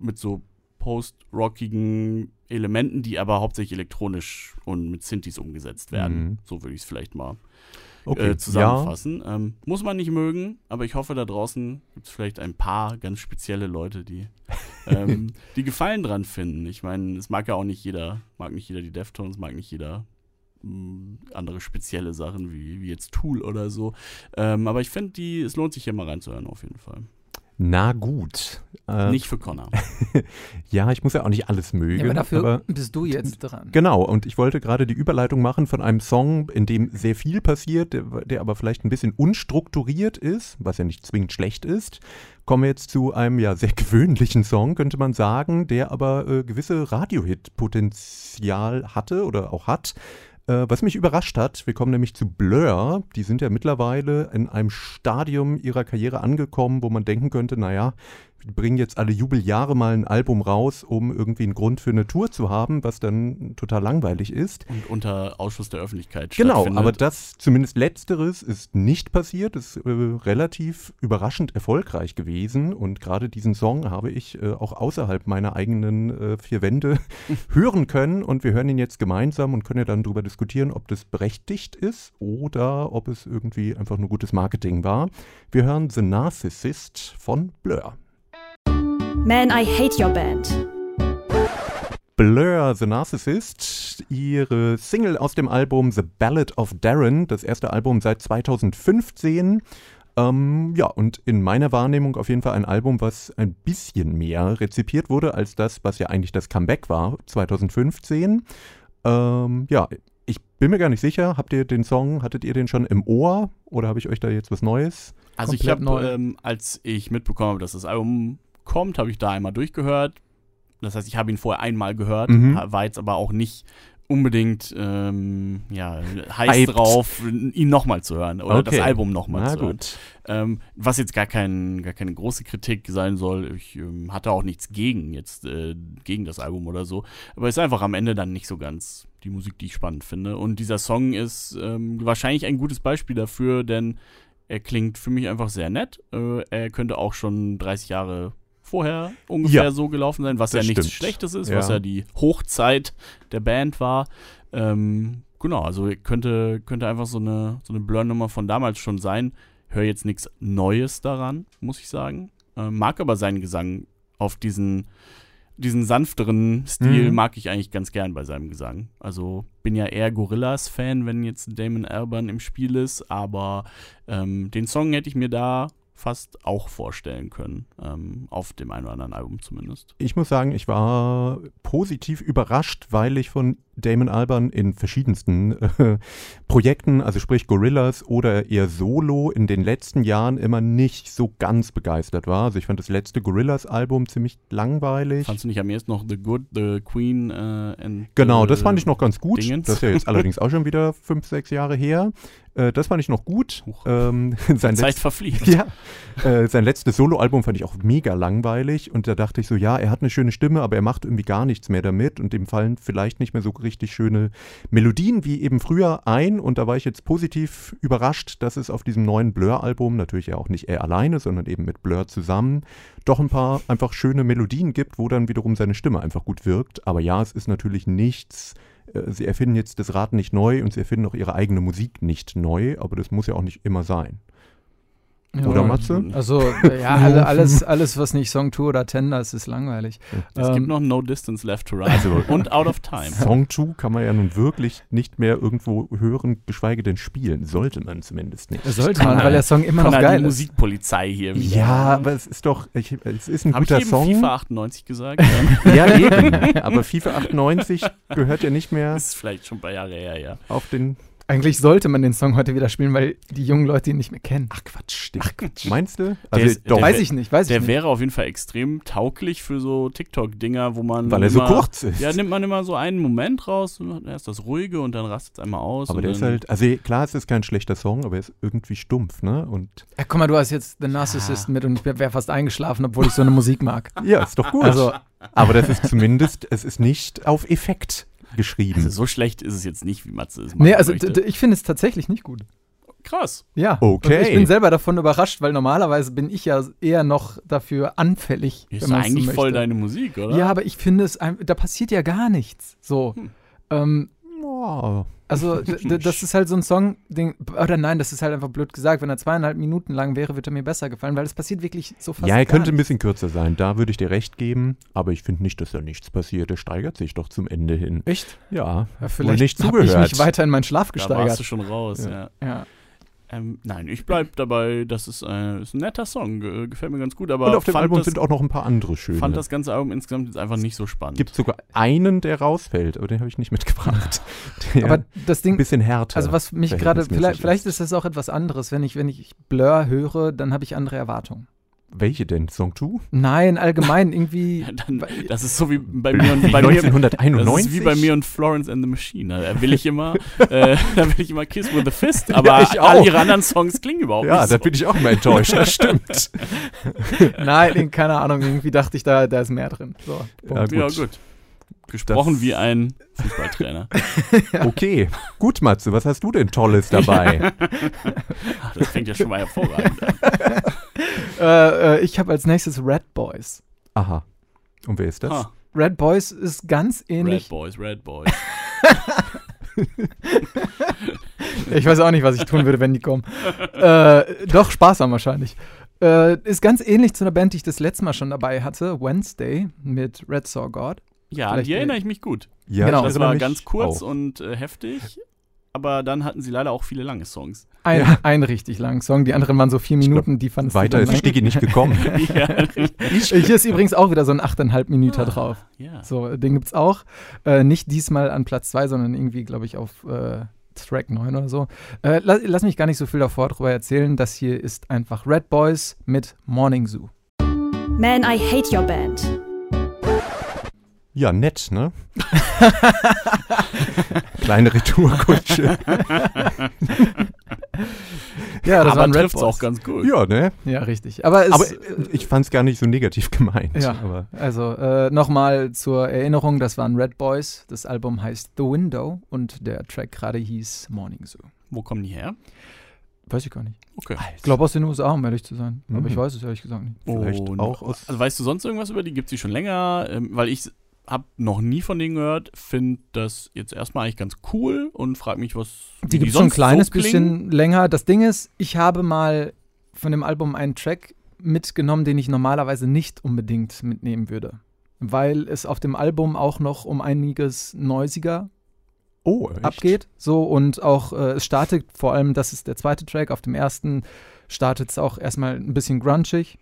Speaker 3: mit so post-rockigen Elementen, die aber hauptsächlich elektronisch und mit Synthes umgesetzt werden.
Speaker 2: Mhm.
Speaker 3: So würde ich es vielleicht mal
Speaker 2: Okay.
Speaker 3: äh, zusammenfassen. Ähm, muss man nicht mögen, aber ich hoffe, da draußen gibt es vielleicht ein paar ganz spezielle Leute, die, ähm, die Gefallen dran finden. Ich meine, es mag ja auch nicht jeder, mag nicht jeder die Deftones, mag nicht jeder mh, andere spezielle Sachen wie, wie jetzt Tool oder so. Ähm, aber ich finde, die, es lohnt sich hier mal reinzuhören auf jeden Fall.
Speaker 2: Ja. Na gut. Äh,
Speaker 3: Nicht für Connor.
Speaker 2: Ja, ich muss ja auch nicht alles mögen.
Speaker 4: Ja, aber dafür
Speaker 2: aber
Speaker 4: bist du jetzt dran.
Speaker 2: Genau, und ich wollte gerade die Überleitung machen von einem Song, in dem sehr viel passiert, der, der aber vielleicht ein bisschen unstrukturiert ist, was ja nicht zwingend schlecht ist. Kommen wir jetzt zu einem ja sehr gewöhnlichen Song, könnte man sagen, der aber äh, gewisse Radiohit-Potenzial hatte oder auch hat. Äh, was mich überrascht hat, wir kommen nämlich zu Blur. Die sind ja mittlerweile in einem Stadium ihrer Karriere angekommen, wo man denken könnte, naja, wir bringen jetzt alle Jubeljahre mal ein Album raus, um irgendwie einen Grund für eine Tour zu haben, was dann total langweilig ist.
Speaker 3: Und unter Ausschluss der Öffentlichkeit
Speaker 2: Genau,
Speaker 3: stattfindet.
Speaker 2: aber das, zumindest letzteres, ist nicht passiert, ist äh, relativ überraschend erfolgreich gewesen und gerade diesen Song habe ich äh, auch außerhalb meiner eigenen äh, vier Wände hören können und wir hören ihn jetzt gemeinsam und können ja dann darüber diskutieren, ob das berechtigt ist oder ob es irgendwie einfach nur gutes Marketing war. Wir hören The Narcissist von Blur.
Speaker 1: Man, I hate your band.
Speaker 2: Blur, The Narcissist, ihre Single aus dem Album The Ballad of Darren, das erste Album seit 2015. Ähm, ja, und in meiner Wahrnehmung auf jeden Fall ein Album, was ein bisschen mehr rezipiert wurde als das, was ja eigentlich das Comeback war, 2015. Ähm, ja, ich bin mir gar nicht sicher, habt ihr den Song, hattet ihr den schon im Ohr oder habe ich euch da jetzt was Neues?
Speaker 3: Also ich
Speaker 4: Komplett
Speaker 3: habe,
Speaker 4: neu.
Speaker 3: ähm, als ich mitbekommen habe, dass das Album kommt, habe ich da einmal durchgehört. Das heißt, ich habe ihn vorher einmal gehört,
Speaker 2: Mhm.
Speaker 3: war jetzt aber auch nicht unbedingt ähm, ja, heiß
Speaker 2: Hyped.
Speaker 3: drauf, ihn nochmal zu hören oder
Speaker 2: Okay.
Speaker 3: das Album nochmal
Speaker 2: Na
Speaker 3: zu hören.
Speaker 2: gut.
Speaker 3: Ähm, was jetzt gar, kein, gar keine große Kritik sein soll. Ich ähm, hatte auch nichts gegen jetzt, äh, gegen das Album oder so. Aber ist einfach am Ende dann nicht so ganz die Musik, die ich spannend finde. Und dieser Song ist ähm, wahrscheinlich ein gutes Beispiel dafür, denn er klingt für mich einfach sehr nett. Äh, er könnte auch schon 30 Jahre vorher ungefähr
Speaker 2: Ja,
Speaker 3: so gelaufen sein, was ja
Speaker 2: das
Speaker 3: nichts
Speaker 2: stimmt.
Speaker 3: Schlechtes ist,
Speaker 2: Ja.
Speaker 3: was ja die Hochzeit der Band war. Ähm, genau, also könnte, könnte einfach so eine, so eine Blur-Nummer von damals schon sein. Höre jetzt nichts Neues daran, muss ich sagen. Ähm, mag aber seinen Gesang auf diesen, diesen sanfteren Stil,
Speaker 2: Mhm.
Speaker 3: mag ich eigentlich ganz gern bei seinem Gesang. Also bin ja eher Gorillas-Fan, wenn jetzt Damon Albarn im Spiel ist, aber ähm, den Song hätte ich mir da fast auch vorstellen können. Ähm, auf dem einen oder anderen Album zumindest.
Speaker 2: Ich muss sagen, ich war positiv überrascht, weil ich von Damon Alban in verschiedensten äh, Projekten, also sprich Gorillas oder eher Solo, in den letzten Jahren immer nicht so ganz begeistert war. Also ich fand das letzte Gorillas-Album ziemlich langweilig.
Speaker 3: Fandst du nicht am ehesten noch The Good, The Queen äh, and
Speaker 2: Genau,
Speaker 3: the-
Speaker 2: das fand ich noch ganz gut.
Speaker 3: Dingens.
Speaker 2: Das ist ja jetzt allerdings auch schon wieder fünf, sechs Jahre her. Äh, das fand ich noch gut.
Speaker 3: Huch.
Speaker 2: Ähm, sein letztes-
Speaker 3: Zeit verfliegt.
Speaker 2: Ja, äh, sein letztes Soloalbum fand ich auch mega langweilig und da dachte ich so, ja, er hat eine schöne Stimme, aber er macht irgendwie gar nichts mehr damit und dem fallen vielleicht nicht mehr so richtig schöne Melodien wie eben früher ein und da war ich jetzt positiv überrascht, dass es auf diesem neuen Blur-Album, natürlich ja auch nicht er alleine, sondern eben mit Blur zusammen, doch ein paar einfach schöne Melodien gibt, wo dann wiederum seine Stimme einfach gut wirkt. Aber ja, es ist natürlich nichts. äh, Sie erfinden jetzt das Rad nicht neu und sie erfinden auch ihre eigene Musik nicht neu, aber das muss ja auch nicht immer sein. Oder
Speaker 4: Ja.
Speaker 2: Matze?
Speaker 4: Also, äh, ja, alle, alles, alles, was nicht Song 2 oder Tender ist, ist langweilig.
Speaker 3: Es
Speaker 4: Ähm,
Speaker 3: gibt noch No Distance Left to Run und Out of Time.
Speaker 2: Also, Song 2 kann man ja nun wirklich nicht mehr irgendwo hören, geschweige denn spielen. Sollte man zumindest nicht.
Speaker 3: Also,
Speaker 4: Sollte man, weil der Song immer
Speaker 3: Von
Speaker 4: noch
Speaker 3: der
Speaker 4: geil ist.
Speaker 3: Musikpolizei hier wieder.
Speaker 2: Ja, aber es ist doch, ich, es ist ein
Speaker 3: Habe ich
Speaker 2: guter
Speaker 3: eben
Speaker 2: Song.
Speaker 3: FIFA 98 gesagt? Ähm,
Speaker 2: Ja, eben. Aber FIFA 98 gehört ja nicht mehr
Speaker 3: ist vielleicht schon ein paar Jahre her, ja.
Speaker 2: auf den.
Speaker 4: Eigentlich sollte man den Song heute wieder spielen, weil die jungen Leute ihn nicht mehr kennen.
Speaker 2: Ach Quatsch, Ach Quatsch. Meinst du? Also,
Speaker 3: ist- der
Speaker 4: weiß
Speaker 3: wär-
Speaker 4: ich nicht, weiß ich
Speaker 3: Der
Speaker 4: nicht.
Speaker 3: wäre auf jeden Fall extrem tauglich für so TikTok-Dinger, wo man.
Speaker 2: weil er so
Speaker 3: immer-
Speaker 2: kurz ist.
Speaker 3: Ja, nimmt man immer so einen Moment raus und hat erst das Ruhige und dann rastet es einmal aus.
Speaker 2: aber
Speaker 3: und
Speaker 2: der ist
Speaker 3: dann-
Speaker 2: halt, also klar, es ist kein schlechter Song, aber er ist irgendwie stumpf, ne? Und
Speaker 4: Ja, guck mal, du hast jetzt The Narcissist mit und ich wäre fast eingeschlafen, obwohl ich so eine Musik mag.
Speaker 2: ja, ist doch gut.
Speaker 4: Also,
Speaker 2: aber das ist zumindest, es ist nicht auf Effekt geschrieben.
Speaker 3: Also so schlecht ist es jetzt nicht, wie Matze es macht.
Speaker 4: nee, also d- d- ich finde es tatsächlich nicht gut.
Speaker 3: Krass.
Speaker 4: Ja.
Speaker 2: Okay.
Speaker 4: Und ich bin selber davon überrascht, weil normalerweise bin ich ja eher noch dafür anfällig.
Speaker 3: Ist
Speaker 4: wenn man es so
Speaker 3: eigentlich voll
Speaker 4: möchte.
Speaker 3: deine Musik, oder?
Speaker 4: Ja, aber ich finde es, ein- da passiert ja gar nichts. So.
Speaker 3: Hm.
Speaker 4: Ähm,
Speaker 2: Oh.
Speaker 4: also, d- d- das ist halt so ein Song, den, oder nein, das ist halt einfach blöd gesagt. Wenn er zweieinhalb Minuten lang wäre, würde er mir besser gefallen, weil es passiert wirklich so fast.
Speaker 2: Ja, er
Speaker 4: gar
Speaker 2: könnte ein
Speaker 4: nichts.
Speaker 2: bisschen kürzer sein, da würde ich dir recht geben, aber ich finde nicht, dass da nichts passiert. Er steigert sich doch zum Ende hin.
Speaker 4: Echt?
Speaker 2: Ja,
Speaker 4: Ja, vielleicht
Speaker 2: nicht
Speaker 4: habe ich
Speaker 2: zugehört.
Speaker 4: mich weiter in meinen Schlaf
Speaker 3: Da warst
Speaker 4: gesteigert.
Speaker 3: du schon raus, ja.
Speaker 4: Ja.
Speaker 3: Ähm, nein, ich bleib dabei, das ist, äh, ist ein netter Song, ge- gefällt mir ganz gut, aber
Speaker 2: und auf dem
Speaker 3: fand
Speaker 2: Album
Speaker 3: das,
Speaker 2: sind auch noch ein paar andere schöne.
Speaker 3: fand das ganze Album insgesamt jetzt einfach nicht so spannend.
Speaker 2: Gibt sogar einen, der rausfällt, aber den habe ich nicht mitgebracht. Der
Speaker 4: Aber das
Speaker 2: ein
Speaker 4: Ding,
Speaker 2: bisschen härter.
Speaker 4: also
Speaker 3: äh,
Speaker 4: was mich gerade,
Speaker 2: verhältnismäßig
Speaker 4: vielleicht, vielleicht
Speaker 2: ist.
Speaker 4: ist das auch etwas anderes. Wenn ich, wenn ich Blur höre, dann habe ich andere Erwartungen.
Speaker 2: Welche denn? Song 2?
Speaker 4: Nein, allgemein irgendwie.
Speaker 3: Dann, das ist so wie bei mir und bei mir. Das
Speaker 2: 1991?
Speaker 3: ist wie bei mir und Florence and the Machine. Da will ich immer, äh, da will ich immer Kiss with a Fist, aber
Speaker 2: ich
Speaker 3: all
Speaker 2: auch.
Speaker 3: ihre anderen Songs klingen überhaupt
Speaker 2: Ja,
Speaker 3: nicht
Speaker 2: da
Speaker 3: so.
Speaker 2: bin ich auch immer enttäuscht, das stimmt.
Speaker 4: Nein, keine Ahnung, irgendwie dachte ich, da, da ist mehr drin. So,
Speaker 2: Ja,
Speaker 4: Punkt.
Speaker 2: gut.
Speaker 3: Ja, gut. Gesprochen
Speaker 2: Das-
Speaker 3: wie ein Fußballtrainer.
Speaker 2: Okay, gut, Matze, was hast du denn Tolles dabei?
Speaker 3: Ach, Ah, das klingt ja schon mal hervorragend. an.
Speaker 4: Äh, äh, ich habe als nächstes Red Boys.
Speaker 2: Aha. Und wer ist das?
Speaker 3: Ah,
Speaker 4: Red Boys ist ganz
Speaker 3: Red
Speaker 4: ähnlich.
Speaker 3: Boys, Red Boys.
Speaker 4: Ich weiß auch nicht, was ich tun würde, wenn die kommen. Äh, doch, sparsam wahrscheinlich. Äh, ist ganz ähnlich zu einer Band, die ich das letzte Mal schon dabei hatte, Wednesday mit Red Saw God.
Speaker 3: Ja, an
Speaker 4: Vielleicht,
Speaker 3: die
Speaker 4: äh,
Speaker 3: erinnere ich mich gut.
Speaker 2: Ja,
Speaker 4: Genau.
Speaker 2: ich
Speaker 3: Das
Speaker 2: erinnere
Speaker 3: war
Speaker 2: mich
Speaker 3: ganz kurz
Speaker 2: auch.
Speaker 3: und äh, heftig, aber dann hatten sie leider auch viele lange Songs.
Speaker 4: Ein,
Speaker 2: Ja.
Speaker 4: ein richtig langen Song, die anderen waren so vier
Speaker 2: glaub,
Speaker 4: Minuten, die fandest
Speaker 2: Weiter
Speaker 4: du
Speaker 2: ist
Speaker 4: dann lang.
Speaker 2: Stiggy nicht gekommen.
Speaker 3: ja,
Speaker 4: Äh, Hier ist übrigens auch wieder so ein 8,5 Minüter drauf.
Speaker 3: ja.
Speaker 4: So, äh, den gibt's auch. Äh, nicht diesmal an Platz 2, sondern irgendwie, glaube ich, auf äh, Track 9 oder so. Äh, la lass mich gar nicht so viel davor drüber erzählen. Das hier ist einfach Red Boys mit Morning Zoo.
Speaker 1: Man, I hate your band.
Speaker 2: Ja, nett, ne? Kleine Retourkutsche.
Speaker 4: Ja, das
Speaker 3: aber
Speaker 4: waren Red
Speaker 3: trifft's
Speaker 4: Boys.
Speaker 3: auch ganz gut.
Speaker 2: Ja, ne?
Speaker 4: Ja, richtig. Aber, es, äh,
Speaker 2: Aber ich fand es gar nicht so negativ gemeint.
Speaker 4: Ja.
Speaker 2: Aber
Speaker 4: also äh, nochmal zur Erinnerung, das waren Red Boys. Das Album heißt The Window und der Track gerade hieß Morning Zoo.
Speaker 3: Wo kommen die her?
Speaker 4: Weiß ich gar nicht.
Speaker 3: Okay.
Speaker 4: Ich glaube aus den USA, um ehrlich zu sein.
Speaker 2: Mhm.
Speaker 4: Aber ich weiß es ehrlich gesagt nicht.
Speaker 2: vielleicht
Speaker 3: Und-
Speaker 2: auch aus.
Speaker 3: Also weißt du sonst irgendwas über die? Gibt die schon länger? Ähm, weil ich habe noch nie von denen gehört, finde das jetzt erstmal eigentlich ganz cool und frage mich, was
Speaker 4: Die
Speaker 3: wie
Speaker 4: gibt es schon ein
Speaker 3: sonst
Speaker 4: kleines
Speaker 3: so klingen.
Speaker 4: bisschen länger. Das Ding ist, ich habe mal von dem Album einen Track mitgenommen, den ich normalerweise nicht unbedingt mitnehmen würde. Weil es auf dem Album auch noch um einiges noisiger
Speaker 2: Oh, echt?
Speaker 4: abgeht. So und auch äh, es startet vor allem, das ist der zweite Track, auf dem ersten startet es auch erstmal ein bisschen grungig.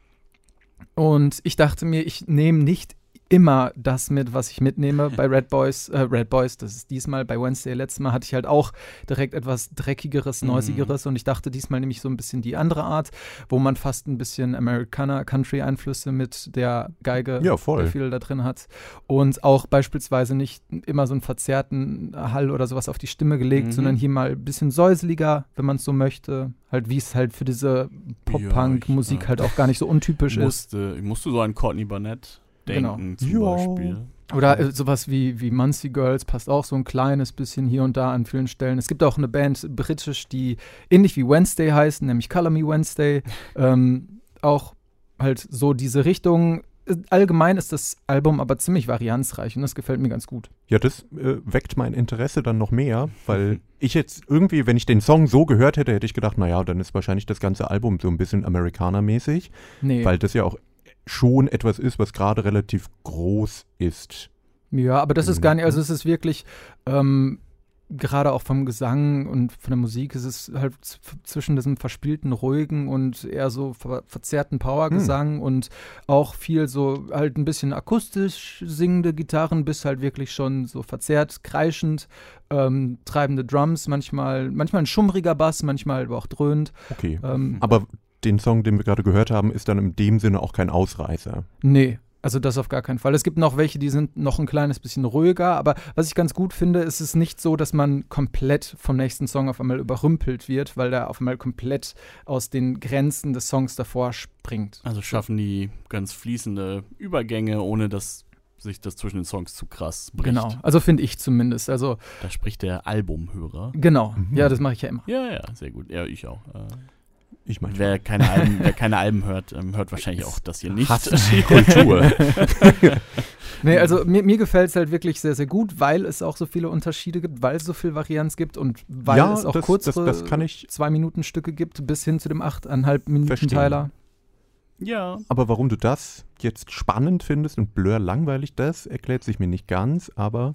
Speaker 4: Und ich dachte mir, ich nehme nicht immer das mit, was ich mitnehme bei Red Boys. Äh, Red Boys, das ist diesmal bei Wednesday. Letztes Mal hatte ich halt auch direkt etwas dreckigeres,
Speaker 3: Mhm.
Speaker 4: neusigeres und ich dachte, diesmal nehme ich so ein bisschen die andere Art, wo man fast ein bisschen Americana Country Einflüsse mit der Geige
Speaker 2: Ja, voll.
Speaker 4: viel da drin hat und auch beispielsweise nicht immer so einen verzerrten Hall oder sowas auf die Stimme gelegt,
Speaker 3: Mhm.
Speaker 4: sondern hier mal ein bisschen säuseliger, wenn man es so möchte, halt wie es halt für diese Pop-Punk-Musik
Speaker 3: Ja, ich-
Speaker 4: halt auch gar nicht so untypisch ist.
Speaker 3: Musste, ich musste so an Courtney Barnett
Speaker 4: Genau.
Speaker 3: denken zum
Speaker 2: Ja.
Speaker 3: Beispiel.
Speaker 4: Oder äh, sowas wie, wie Muncie Girls passt auch so ein kleines bisschen hier und da an vielen Stellen. Es gibt auch eine Band britisch, die ähnlich wie Wednesday heißt, nämlich Color Me Wednesday. ähm, auch halt so diese Richtung. Äh, Allgemein ist das Album aber ziemlich varianzreich und das gefällt mir ganz gut.
Speaker 2: Ja, das äh, weckt mein Interesse dann noch mehr,
Speaker 4: Mhm.
Speaker 2: weil ich jetzt irgendwie, wenn ich den Song so gehört hätte, hätte ich gedacht, naja, dann ist wahrscheinlich das ganze Album so ein bisschen Amerikaner-mäßig,
Speaker 4: Nee.
Speaker 2: weil das ja auch schon etwas ist, was gerade relativ groß ist.
Speaker 4: Ja, aber das ist
Speaker 2: Mhm.
Speaker 4: gar nicht, also es ist wirklich, ähm, gerade auch vom Gesang und von der Musik, es ist halt z- zwischen diesem verspielten, ruhigen und eher so ver verzerrten Powergesang und auch viel so halt ein bisschen akustisch singende Gitarren, bis halt wirklich schon so verzerrt, kreischend, ähm, treibende Drums, manchmal, manchmal ein schummriger Bass, manchmal aber auch dröhnend.
Speaker 2: Okay.
Speaker 4: Ähm,
Speaker 2: Aber den Song, den wir gerade gehört haben, ist dann in dem Sinne auch kein Ausreißer.
Speaker 4: Nee, also das auf gar keinen Fall. Es gibt noch welche, die sind noch ein kleines bisschen ruhiger, aber was ich ganz gut finde, ist es nicht so, dass man komplett vom nächsten Song auf einmal überrümpelt wird, weil der auf einmal komplett aus den Grenzen des Songs davor springt.
Speaker 3: Also schaffen die ganz fließende Übergänge, ohne dass sich das zwischen den Songs zu krass bricht.
Speaker 4: Genau, also finde ich zumindest. Also,
Speaker 3: Da spricht der Albumhörer.
Speaker 4: genau,
Speaker 2: Mhm.
Speaker 4: ja, das mache ich ja immer.
Speaker 3: Ja, ja, sehr gut. Ja, ich auch. Äh,
Speaker 2: Ich meine,
Speaker 3: wer, keine Alben, wer keine Alben hört, ähm, hört wahrscheinlich auch das hier nicht.
Speaker 2: hasst die Kultur.
Speaker 4: Nee, also mir, mir gefällt es halt wirklich sehr, sehr gut, weil es auch so viele Unterschiede gibt, weil es so viel Varianz gibt und weil
Speaker 2: ja,
Speaker 4: es auch
Speaker 2: das,
Speaker 4: kurze
Speaker 2: das, das kann ich.
Speaker 4: Zwei-Minuten-Stücke gibt, bis hin zu dem 8,5 Minuten-Teiler.
Speaker 3: ja.
Speaker 2: Aber warum du das jetzt spannend findest und Blur langweilig, das erklärt sich mir nicht ganz, aber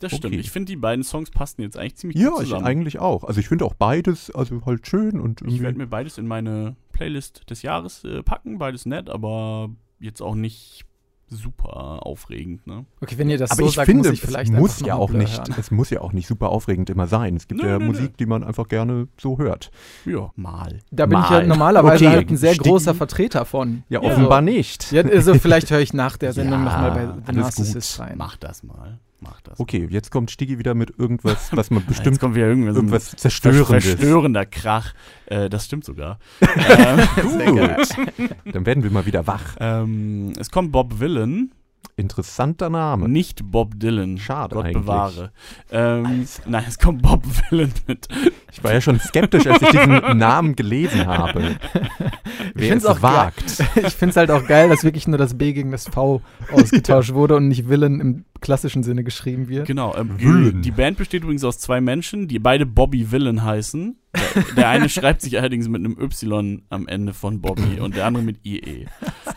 Speaker 3: Das
Speaker 2: Okay.
Speaker 3: stimmt. Ich finde, die beiden Songs passen jetzt eigentlich ziemlich
Speaker 2: Ja,
Speaker 3: gut
Speaker 2: ich
Speaker 3: zusammen.
Speaker 2: eigentlich auch. Also ich finde auch beides, also halt schön und
Speaker 3: ich werde
Speaker 2: irgendwie-
Speaker 3: mir beides in meine Playlist des Jahres äh, packen. Beides nett, aber jetzt auch nicht super aufregend, ne?
Speaker 4: Okay, wenn ihr das
Speaker 2: Aber
Speaker 4: so
Speaker 2: ich
Speaker 4: sagt,
Speaker 2: finde,
Speaker 4: muss ich vielleicht
Speaker 2: es
Speaker 4: einfach
Speaker 2: muss
Speaker 4: noch
Speaker 2: ja
Speaker 4: mal
Speaker 2: auch
Speaker 4: Blur
Speaker 2: nicht,
Speaker 4: hören.
Speaker 2: es muss ja auch nicht super aufregend immer sein. Es gibt
Speaker 3: Nö,
Speaker 2: ja
Speaker 3: nö, nö.
Speaker 2: Musik, die man einfach gerne so hört.
Speaker 3: Ja, mal.
Speaker 4: Da bin ich
Speaker 2: Mal.
Speaker 4: ja normalerweise
Speaker 2: Okay,
Speaker 4: halt ein sehr
Speaker 2: Sticky.
Speaker 4: großer Vertreter von.
Speaker 2: Ja,
Speaker 3: Ja.
Speaker 2: offenbar nicht.
Speaker 4: Ja, also vielleicht höre ich nach der
Speaker 2: Ja,
Speaker 4: Sendung nochmal bei The
Speaker 3: alles
Speaker 4: Narcissist
Speaker 3: gut.
Speaker 4: rein.
Speaker 3: Mach das mal. Mach das. Ah,
Speaker 2: Okay, jetzt kommt Stigi wieder mit irgendwas, was man
Speaker 3: Bestimmt
Speaker 2: bestimmt
Speaker 3: kommt wieder irgendwas,
Speaker 2: irgendwas
Speaker 3: Ver-
Speaker 2: zerstörendes.
Speaker 3: verstörender Krach. Äh, das stimmt sogar. ähm,
Speaker 2: Gut. Dann werden wir mal wieder wach.
Speaker 3: ähm, es kommt Bob Villan,
Speaker 2: Interessanter Name.
Speaker 3: nicht Bob Dylan.
Speaker 2: Schade
Speaker 3: Gott
Speaker 2: eigentlich.
Speaker 3: bewahre. Ähm, nein, es kommt Bob Villan mit.
Speaker 2: Ich war ja schon skeptisch, als ich diesen Namen gelesen habe. Wer
Speaker 4: find's
Speaker 2: es
Speaker 4: auch
Speaker 2: wagt.
Speaker 4: Ich finde es halt auch geil, dass wirklich nur das B gegen das V ausgetauscht wurde und nicht Villain im klassischen Sinne geschrieben wird.
Speaker 3: Genau. Ähm,
Speaker 2: Villan.
Speaker 3: Die Band besteht übrigens aus zwei Menschen, die beide Bobby Villan heißen. Der, der eine schreibt sich allerdings mit einem Y am Ende von Bobby und der andere mit IE.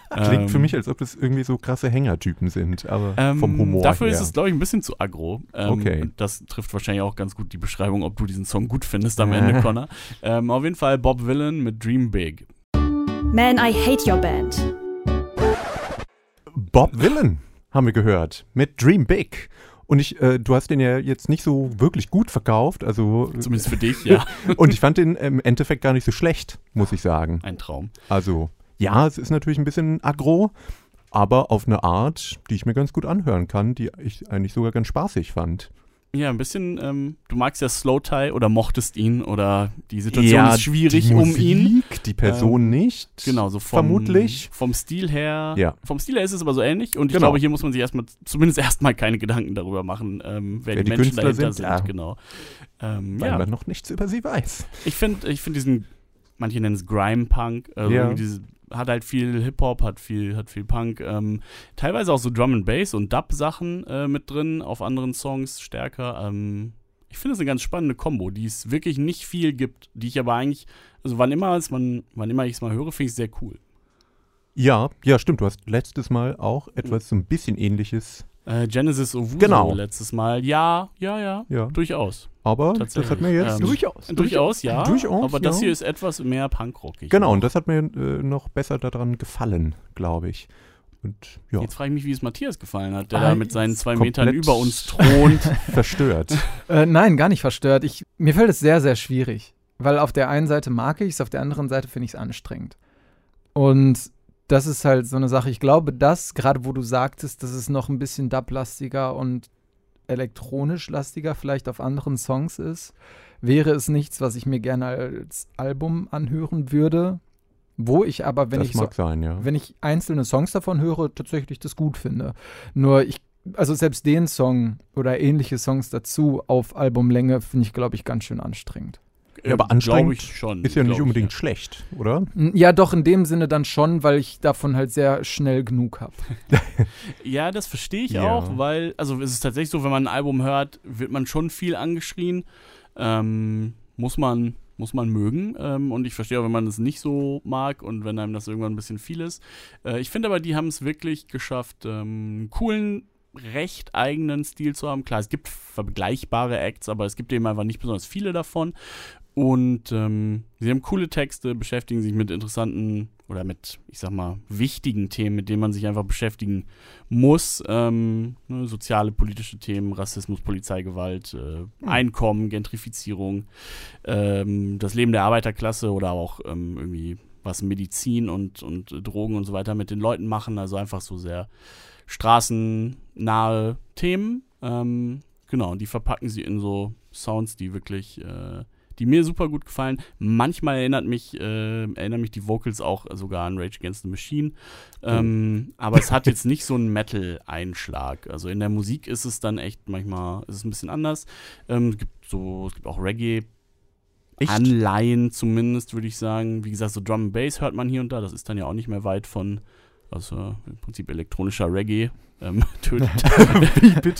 Speaker 2: Klingt
Speaker 3: Ähm,
Speaker 2: für mich, als ob das irgendwie so krasse Hängertypen sind, aber
Speaker 3: Ähm,
Speaker 2: vom Humor
Speaker 3: Dafür
Speaker 2: her.
Speaker 3: ist es, glaube ich, ein bisschen zu aggro. Ähm,
Speaker 2: Okay.
Speaker 3: Das trifft wahrscheinlich auch ganz gut die Beschreibung, ob du diesen Song gut findest am Ende, Connor. Ähm, auf jeden Fall Bob Villan mit Dream Big.
Speaker 1: Man, I hate your band.
Speaker 2: Bob Villan haben wir gehört mit Dream Big. Und ich, äh, du hast den ja jetzt nicht so wirklich gut verkauft, also
Speaker 3: Zumindest für dich, ja.
Speaker 2: und ich fand den im Endeffekt gar nicht so schlecht, muss ich sagen.
Speaker 3: Ein Traum.
Speaker 2: Also ja, es ist natürlich ein bisschen aggro, aber auf eine Art, die ich mir ganz gut anhören kann, die ich eigentlich sogar ganz spaßig fand.
Speaker 3: Ja, ein bisschen, ähm, du magst ja Slow Tie oder mochtest ihn oder die Situation ist schwierig
Speaker 2: die
Speaker 3: um ihn.
Speaker 2: Musik, Die Person nicht.
Speaker 3: Genau, so vom,
Speaker 2: Vermutlich.
Speaker 3: vom Stil her.
Speaker 2: Ja.
Speaker 3: Vom Stil her ist es aber so ähnlich und ich
Speaker 2: Genau.
Speaker 3: glaube, hier muss man sich erstmal, zumindest erstmal keine Gedanken darüber machen, ähm, wer, die, Menschen
Speaker 2: Künstler
Speaker 3: dahinter
Speaker 2: sind, Ah.
Speaker 3: sind.
Speaker 2: ja.
Speaker 3: Genau. Ähm,
Speaker 2: Weil
Speaker 3: ja.
Speaker 2: man noch nichts über sie weiß.
Speaker 3: Ich finde ich find diesen, manche nennen es Grime-Punk, also
Speaker 2: Ja.
Speaker 3: irgendwie diese, hat halt viel Hip-Hop, hat viel, hat viel Punk, ähm, teilweise auch so Drum and Bass und Dub-Sachen äh, mit drin, auf anderen Songs stärker. Ähm, ich finde es eine ganz spannende Kombo, die es wirklich nicht viel gibt, die ich aber eigentlich, also wann immer, es, wann, wann immer ich es mal höre, finde ich es sehr cool.
Speaker 2: Ja, ja, stimmt. Du hast letztes Mal auch etwas so ein bisschen ähnliches.
Speaker 3: Äh, Genesis Owusu
Speaker 2: Genau.
Speaker 3: letztes Mal, ja, ja, ja,
Speaker 2: Ja.
Speaker 3: durchaus.
Speaker 2: Aber das
Speaker 3: Tatsächlich,
Speaker 2: hat mir jetzt
Speaker 3: ähm,
Speaker 2: durchaus.
Speaker 3: Durchaus, ja,
Speaker 2: durchaus,
Speaker 3: aber das
Speaker 2: ja.
Speaker 3: hier ist etwas mehr punkrockig.
Speaker 2: Genau, und das hat mir äh, noch besser daran gefallen, glaube ich. Und ja,
Speaker 3: Jetzt frage ich mich, wie es Matthias gefallen hat, der
Speaker 4: Ah,
Speaker 3: da mit seinen zwei
Speaker 2: komplett-
Speaker 3: Metern über uns thront.
Speaker 2: verstört.
Speaker 4: Äh, nein, gar nicht verstört. Ich, mir fällt es sehr, sehr schwierig. Weil auf der einen Seite mag ich es, auf der anderen Seite finde ich es anstrengend. Und das ist halt so eine Sache. Ich glaube, das, gerade wo du sagtest, dass es noch ein bisschen dub-lastiger und elektronisch lastiger vielleicht auf anderen Songs ist, wäre es nichts, was ich mir gerne als Album anhören würde. Wo ich aber, wenn
Speaker 2: das
Speaker 4: ich so
Speaker 2: mag sein, ja.
Speaker 4: wenn ich einzelne Songs davon höre, tatsächlich das gut finde. Nur ich, also selbst den Song oder ähnliche Songs dazu auf Albumlänge finde ich, glaube ich, ganz schön anstrengend.
Speaker 2: Ja, aber
Speaker 3: Ähm, glaub
Speaker 2: anstrengend
Speaker 3: ich schon,
Speaker 2: Ist ja nicht
Speaker 3: glaub ich,
Speaker 2: unbedingt schlecht, oder?
Speaker 4: N- Ja, doch in dem Sinne dann schon, weil ich davon halt sehr schnell genug habe.
Speaker 3: Ja, das verstehe ich
Speaker 2: Ja.
Speaker 3: auch, weil, also es ist tatsächlich so, wenn man ein Album hört, wird man schon viel angeschrien. Ähm, muss man, muss man mögen. Ähm, und ich verstehe auch, wenn man es nicht so mag und wenn einem das irgendwann ein bisschen viel ist. Äh, ich finde aber, die haben es wirklich geschafft, ähm, einen coolen, recht eigenen Stil zu haben. Klar, es gibt vergleichbare Acts, aber es gibt eben einfach nicht besonders viele davon. Und ähm, sie haben coole Texte, beschäftigen sich mit interessanten oder mit, ich sag mal, wichtigen Themen, mit denen man sich einfach beschäftigen muss. Ähm, ne, soziale, politische Themen, Rassismus, Polizeigewalt, äh, Einkommen, Gentrifizierung, ähm, das Leben der Arbeiterklasse oder auch ähm, irgendwie was Medizin und, und Drogen und so weiter mit den Leuten machen. Also einfach so sehr straßennahe Themen. Ähm, genau, und die verpacken sie in so Sounds, die wirklich, äh, die mir super gut gefallen. Manchmal erinnert mich, äh, erinnern mich die Vocals auch sogar an Rage Against the Machine. Ähm, aber es hat jetzt nicht so einen Metal-Einschlag. Also in der Musik ist es dann echt manchmal, ist es ein bisschen anders. Ähm, es gibt so, es gibt auch Reggae.
Speaker 2: Echt?
Speaker 3: Anleihen zumindest, würde ich sagen. Wie gesagt, so Drum and Bass hört man hier und da. Das ist dann ja auch nicht mehr weit von, also im Prinzip elektronischer Reggae. Ähm, tötet.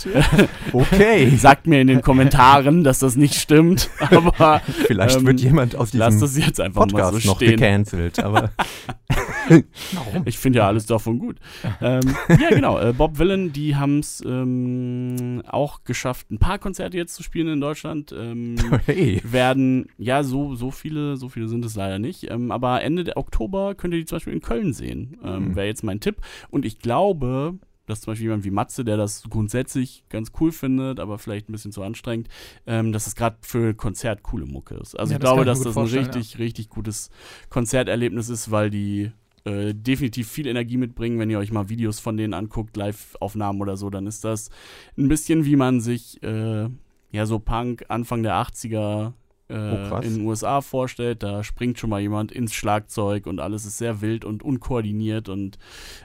Speaker 3: Äh,
Speaker 2: Okay.
Speaker 3: Sagt mir in den Kommentaren, dass das nicht stimmt. Aber
Speaker 2: Vielleicht
Speaker 3: Ähm,
Speaker 2: wird jemand aus
Speaker 3: lasst
Speaker 2: diesem
Speaker 3: das jetzt einfach mal
Speaker 2: Podcast
Speaker 3: so
Speaker 2: noch
Speaker 3: stehen.
Speaker 2: gecancelt, aber
Speaker 4: Warum?
Speaker 3: Ich finde ja alles davon gut. ähm, ja, genau. Äh, Bob Villan, die haben es ähm, auch geschafft, ein paar Konzerte jetzt zu spielen in Deutschland. Ähm,
Speaker 2: Hey.
Speaker 3: werden, ja, so, so viele, so viele sind es leider nicht. Ähm, aber Ende der Oktober könnt ihr die zum Beispiel in Köln sehen. Ähm,
Speaker 2: Mhm.
Speaker 3: Wäre jetzt mein Tipp. Und ich glaube, dass zum Beispiel jemand wie Matze, der das grundsätzlich ganz cool findet, aber vielleicht ein bisschen zu anstrengend, ähm, dass es gerade für ein Konzert coole Mucke ist. Also
Speaker 4: Ja,
Speaker 3: ich
Speaker 4: das
Speaker 3: glaube,
Speaker 4: kann ich mir
Speaker 3: dass
Speaker 4: gut
Speaker 3: das ein
Speaker 4: vorstellen,
Speaker 3: richtig, richtig gutes Konzerterlebnis ist, weil die äh, definitiv viel Energie mitbringen, wenn ihr euch mal Videos von denen anguckt, Live-Aufnahmen oder so, dann ist das ein bisschen wie man sich äh, ja so Punk Anfang der 80er äh,
Speaker 2: Oh, krass.
Speaker 3: in den USA vorstellt. Da springt schon mal jemand ins Schlagzeug und alles ist sehr wild und unkoordiniert und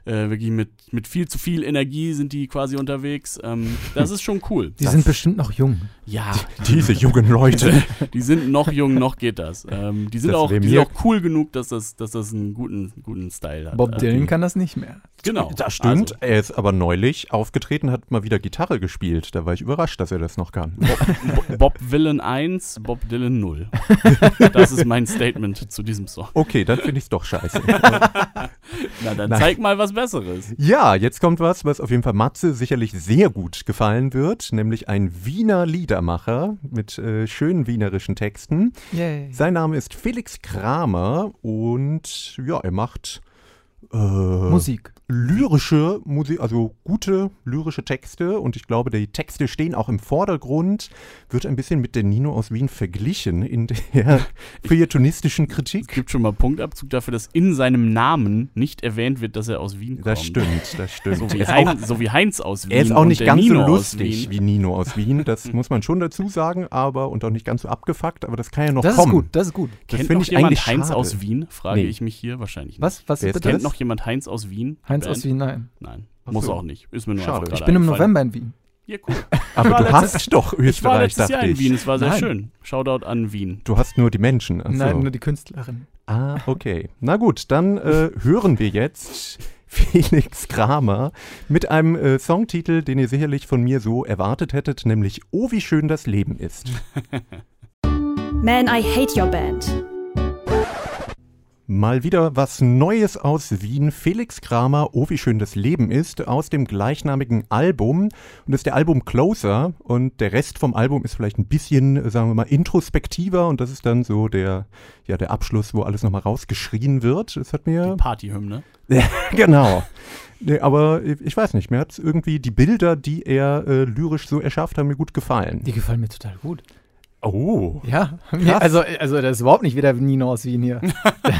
Speaker 3: äh, wirklich mit, mit viel zu viel Energie sind die quasi unterwegs. Ähm, das ist schon cool.
Speaker 4: Die
Speaker 2: Das-
Speaker 4: sind bestimmt noch jung.
Speaker 3: Ja,
Speaker 2: Diese jungen Leute.
Speaker 3: die sind noch jung, noch geht das. Ähm, die sind,
Speaker 2: Das
Speaker 3: auch,
Speaker 2: wär
Speaker 3: die sind
Speaker 2: mir-
Speaker 3: auch cool genug, dass das, dass das einen guten, guten Style hat.
Speaker 4: Bob
Speaker 3: Äh,
Speaker 4: Dylan kann das nicht mehr.
Speaker 3: Genau.
Speaker 2: Das stimmt.
Speaker 3: Also,
Speaker 2: Er ist aber neulich aufgetreten, hat mal wieder Gitarre gespielt. Da war ich überrascht, dass er das noch kann. Oh,
Speaker 3: Also, Bo- Bob Dylan 1, Bob Dylan 0. Das ist mein Statement zu diesem Song.
Speaker 2: Okay, dann finde ich es doch scheiße.
Speaker 3: Na, dann
Speaker 2: Nein.
Speaker 3: zeig mal was Besseres.
Speaker 2: Ja, jetzt kommt was, was auf jeden Fall Matze sicherlich sehr gut gefallen wird, nämlich ein Wiener Liedermacher mit äh, schönen wienerischen Texten.
Speaker 4: Yay.
Speaker 2: Sein Name ist Felix Kramer und ja, er macht äh,
Speaker 4: Musik.
Speaker 2: lyrische Musik, also gute lyrische Texte und ich glaube, die Texte stehen auch im Vordergrund, wird ein bisschen mit der Nino aus Wien verglichen in der feuilletonistischen
Speaker 3: Es
Speaker 2: Kritik.
Speaker 3: gibt schon mal Punktabzug dafür, dass in seinem Namen nicht erwähnt wird, dass er aus Wien kommt.
Speaker 2: Das stimmt, das stimmt.
Speaker 3: So
Speaker 2: Er
Speaker 3: wie,
Speaker 2: ist auch-
Speaker 3: Heinz, so wie Heinz aus Wien.
Speaker 2: Er ist auch
Speaker 3: und
Speaker 2: nicht
Speaker 3: der
Speaker 2: ganz
Speaker 3: Nino
Speaker 2: so
Speaker 3: aus
Speaker 2: lustig
Speaker 3: Wien.
Speaker 2: wie Nino aus Wien, das muss man schon dazu sagen, aber und auch nicht ganz so abgefuckt, aber das kann ja noch
Speaker 4: Das
Speaker 2: kommen.
Speaker 4: ist gut, das ist gut.
Speaker 2: Das
Speaker 3: Kennt
Speaker 2: finde
Speaker 3: noch
Speaker 2: ich
Speaker 3: jemand
Speaker 2: eigentlich
Speaker 3: Heinz
Speaker 2: schade.
Speaker 3: aus Wien? Frage
Speaker 2: Nee.
Speaker 3: ich mich hier wahrscheinlich.
Speaker 4: Was, was
Speaker 2: Wer ist
Speaker 3: Nicht.
Speaker 4: bitte?
Speaker 3: Kennt
Speaker 2: das?
Speaker 3: noch jemand Heinz aus Wien? Band?
Speaker 4: Heinz aus Wien, nein.
Speaker 3: Nein,
Speaker 2: Ach
Speaker 3: muss
Speaker 2: so.
Speaker 3: auch nicht. Ist mir nur
Speaker 2: Schade.
Speaker 3: einfach
Speaker 2: Ich
Speaker 3: gerade
Speaker 4: Ich bin im
Speaker 3: eingefallen.
Speaker 4: November in Wien.
Speaker 3: Ja, cool.
Speaker 2: Aber
Speaker 3: Ich war
Speaker 2: du
Speaker 3: letztes-
Speaker 2: hast doch
Speaker 3: Ich war
Speaker 2: Österreich,
Speaker 3: letztes Jahr
Speaker 2: dachte
Speaker 3: in Wien,
Speaker 2: ich.
Speaker 3: es war sehr
Speaker 4: Nein.
Speaker 3: schön. Shoutout an Wien.
Speaker 2: Du hast nur die Menschen. also Ach so.
Speaker 4: Nein, nur die Künstlerin.
Speaker 2: ah, okay. Na gut, dann äh, hören wir jetzt Felix Kramer mit einem äh, Songtitel, den ihr sicherlich von mir so erwartet hättet, nämlich Oh, wie schön das Leben ist.
Speaker 1: Man, I hate your band.
Speaker 2: Mal wieder was Neues aus Wien. Felix Kramer, Oh, wie schön das Leben ist, aus dem gleichnamigen Album. Und das ist der Album Closer. Und der Rest vom Album ist vielleicht ein bisschen, äh, sagen wir mal, introspektiver. Und das ist dann so der, ja, der Abschluss, wo alles nochmal rausgeschrien wird. Das hat mir.
Speaker 3: Die Partyhymne.
Speaker 2: Genau. Nee, aber ich ich weiß nicht, mir hat irgendwie die Bilder, die er äh, lyrisch so erschafft, haben mir gut gefallen.
Speaker 4: Die gefallen mir total gut.
Speaker 2: oh.
Speaker 4: Ja, mir, also, also das ist überhaupt nicht wieder Nino aus Wien hier.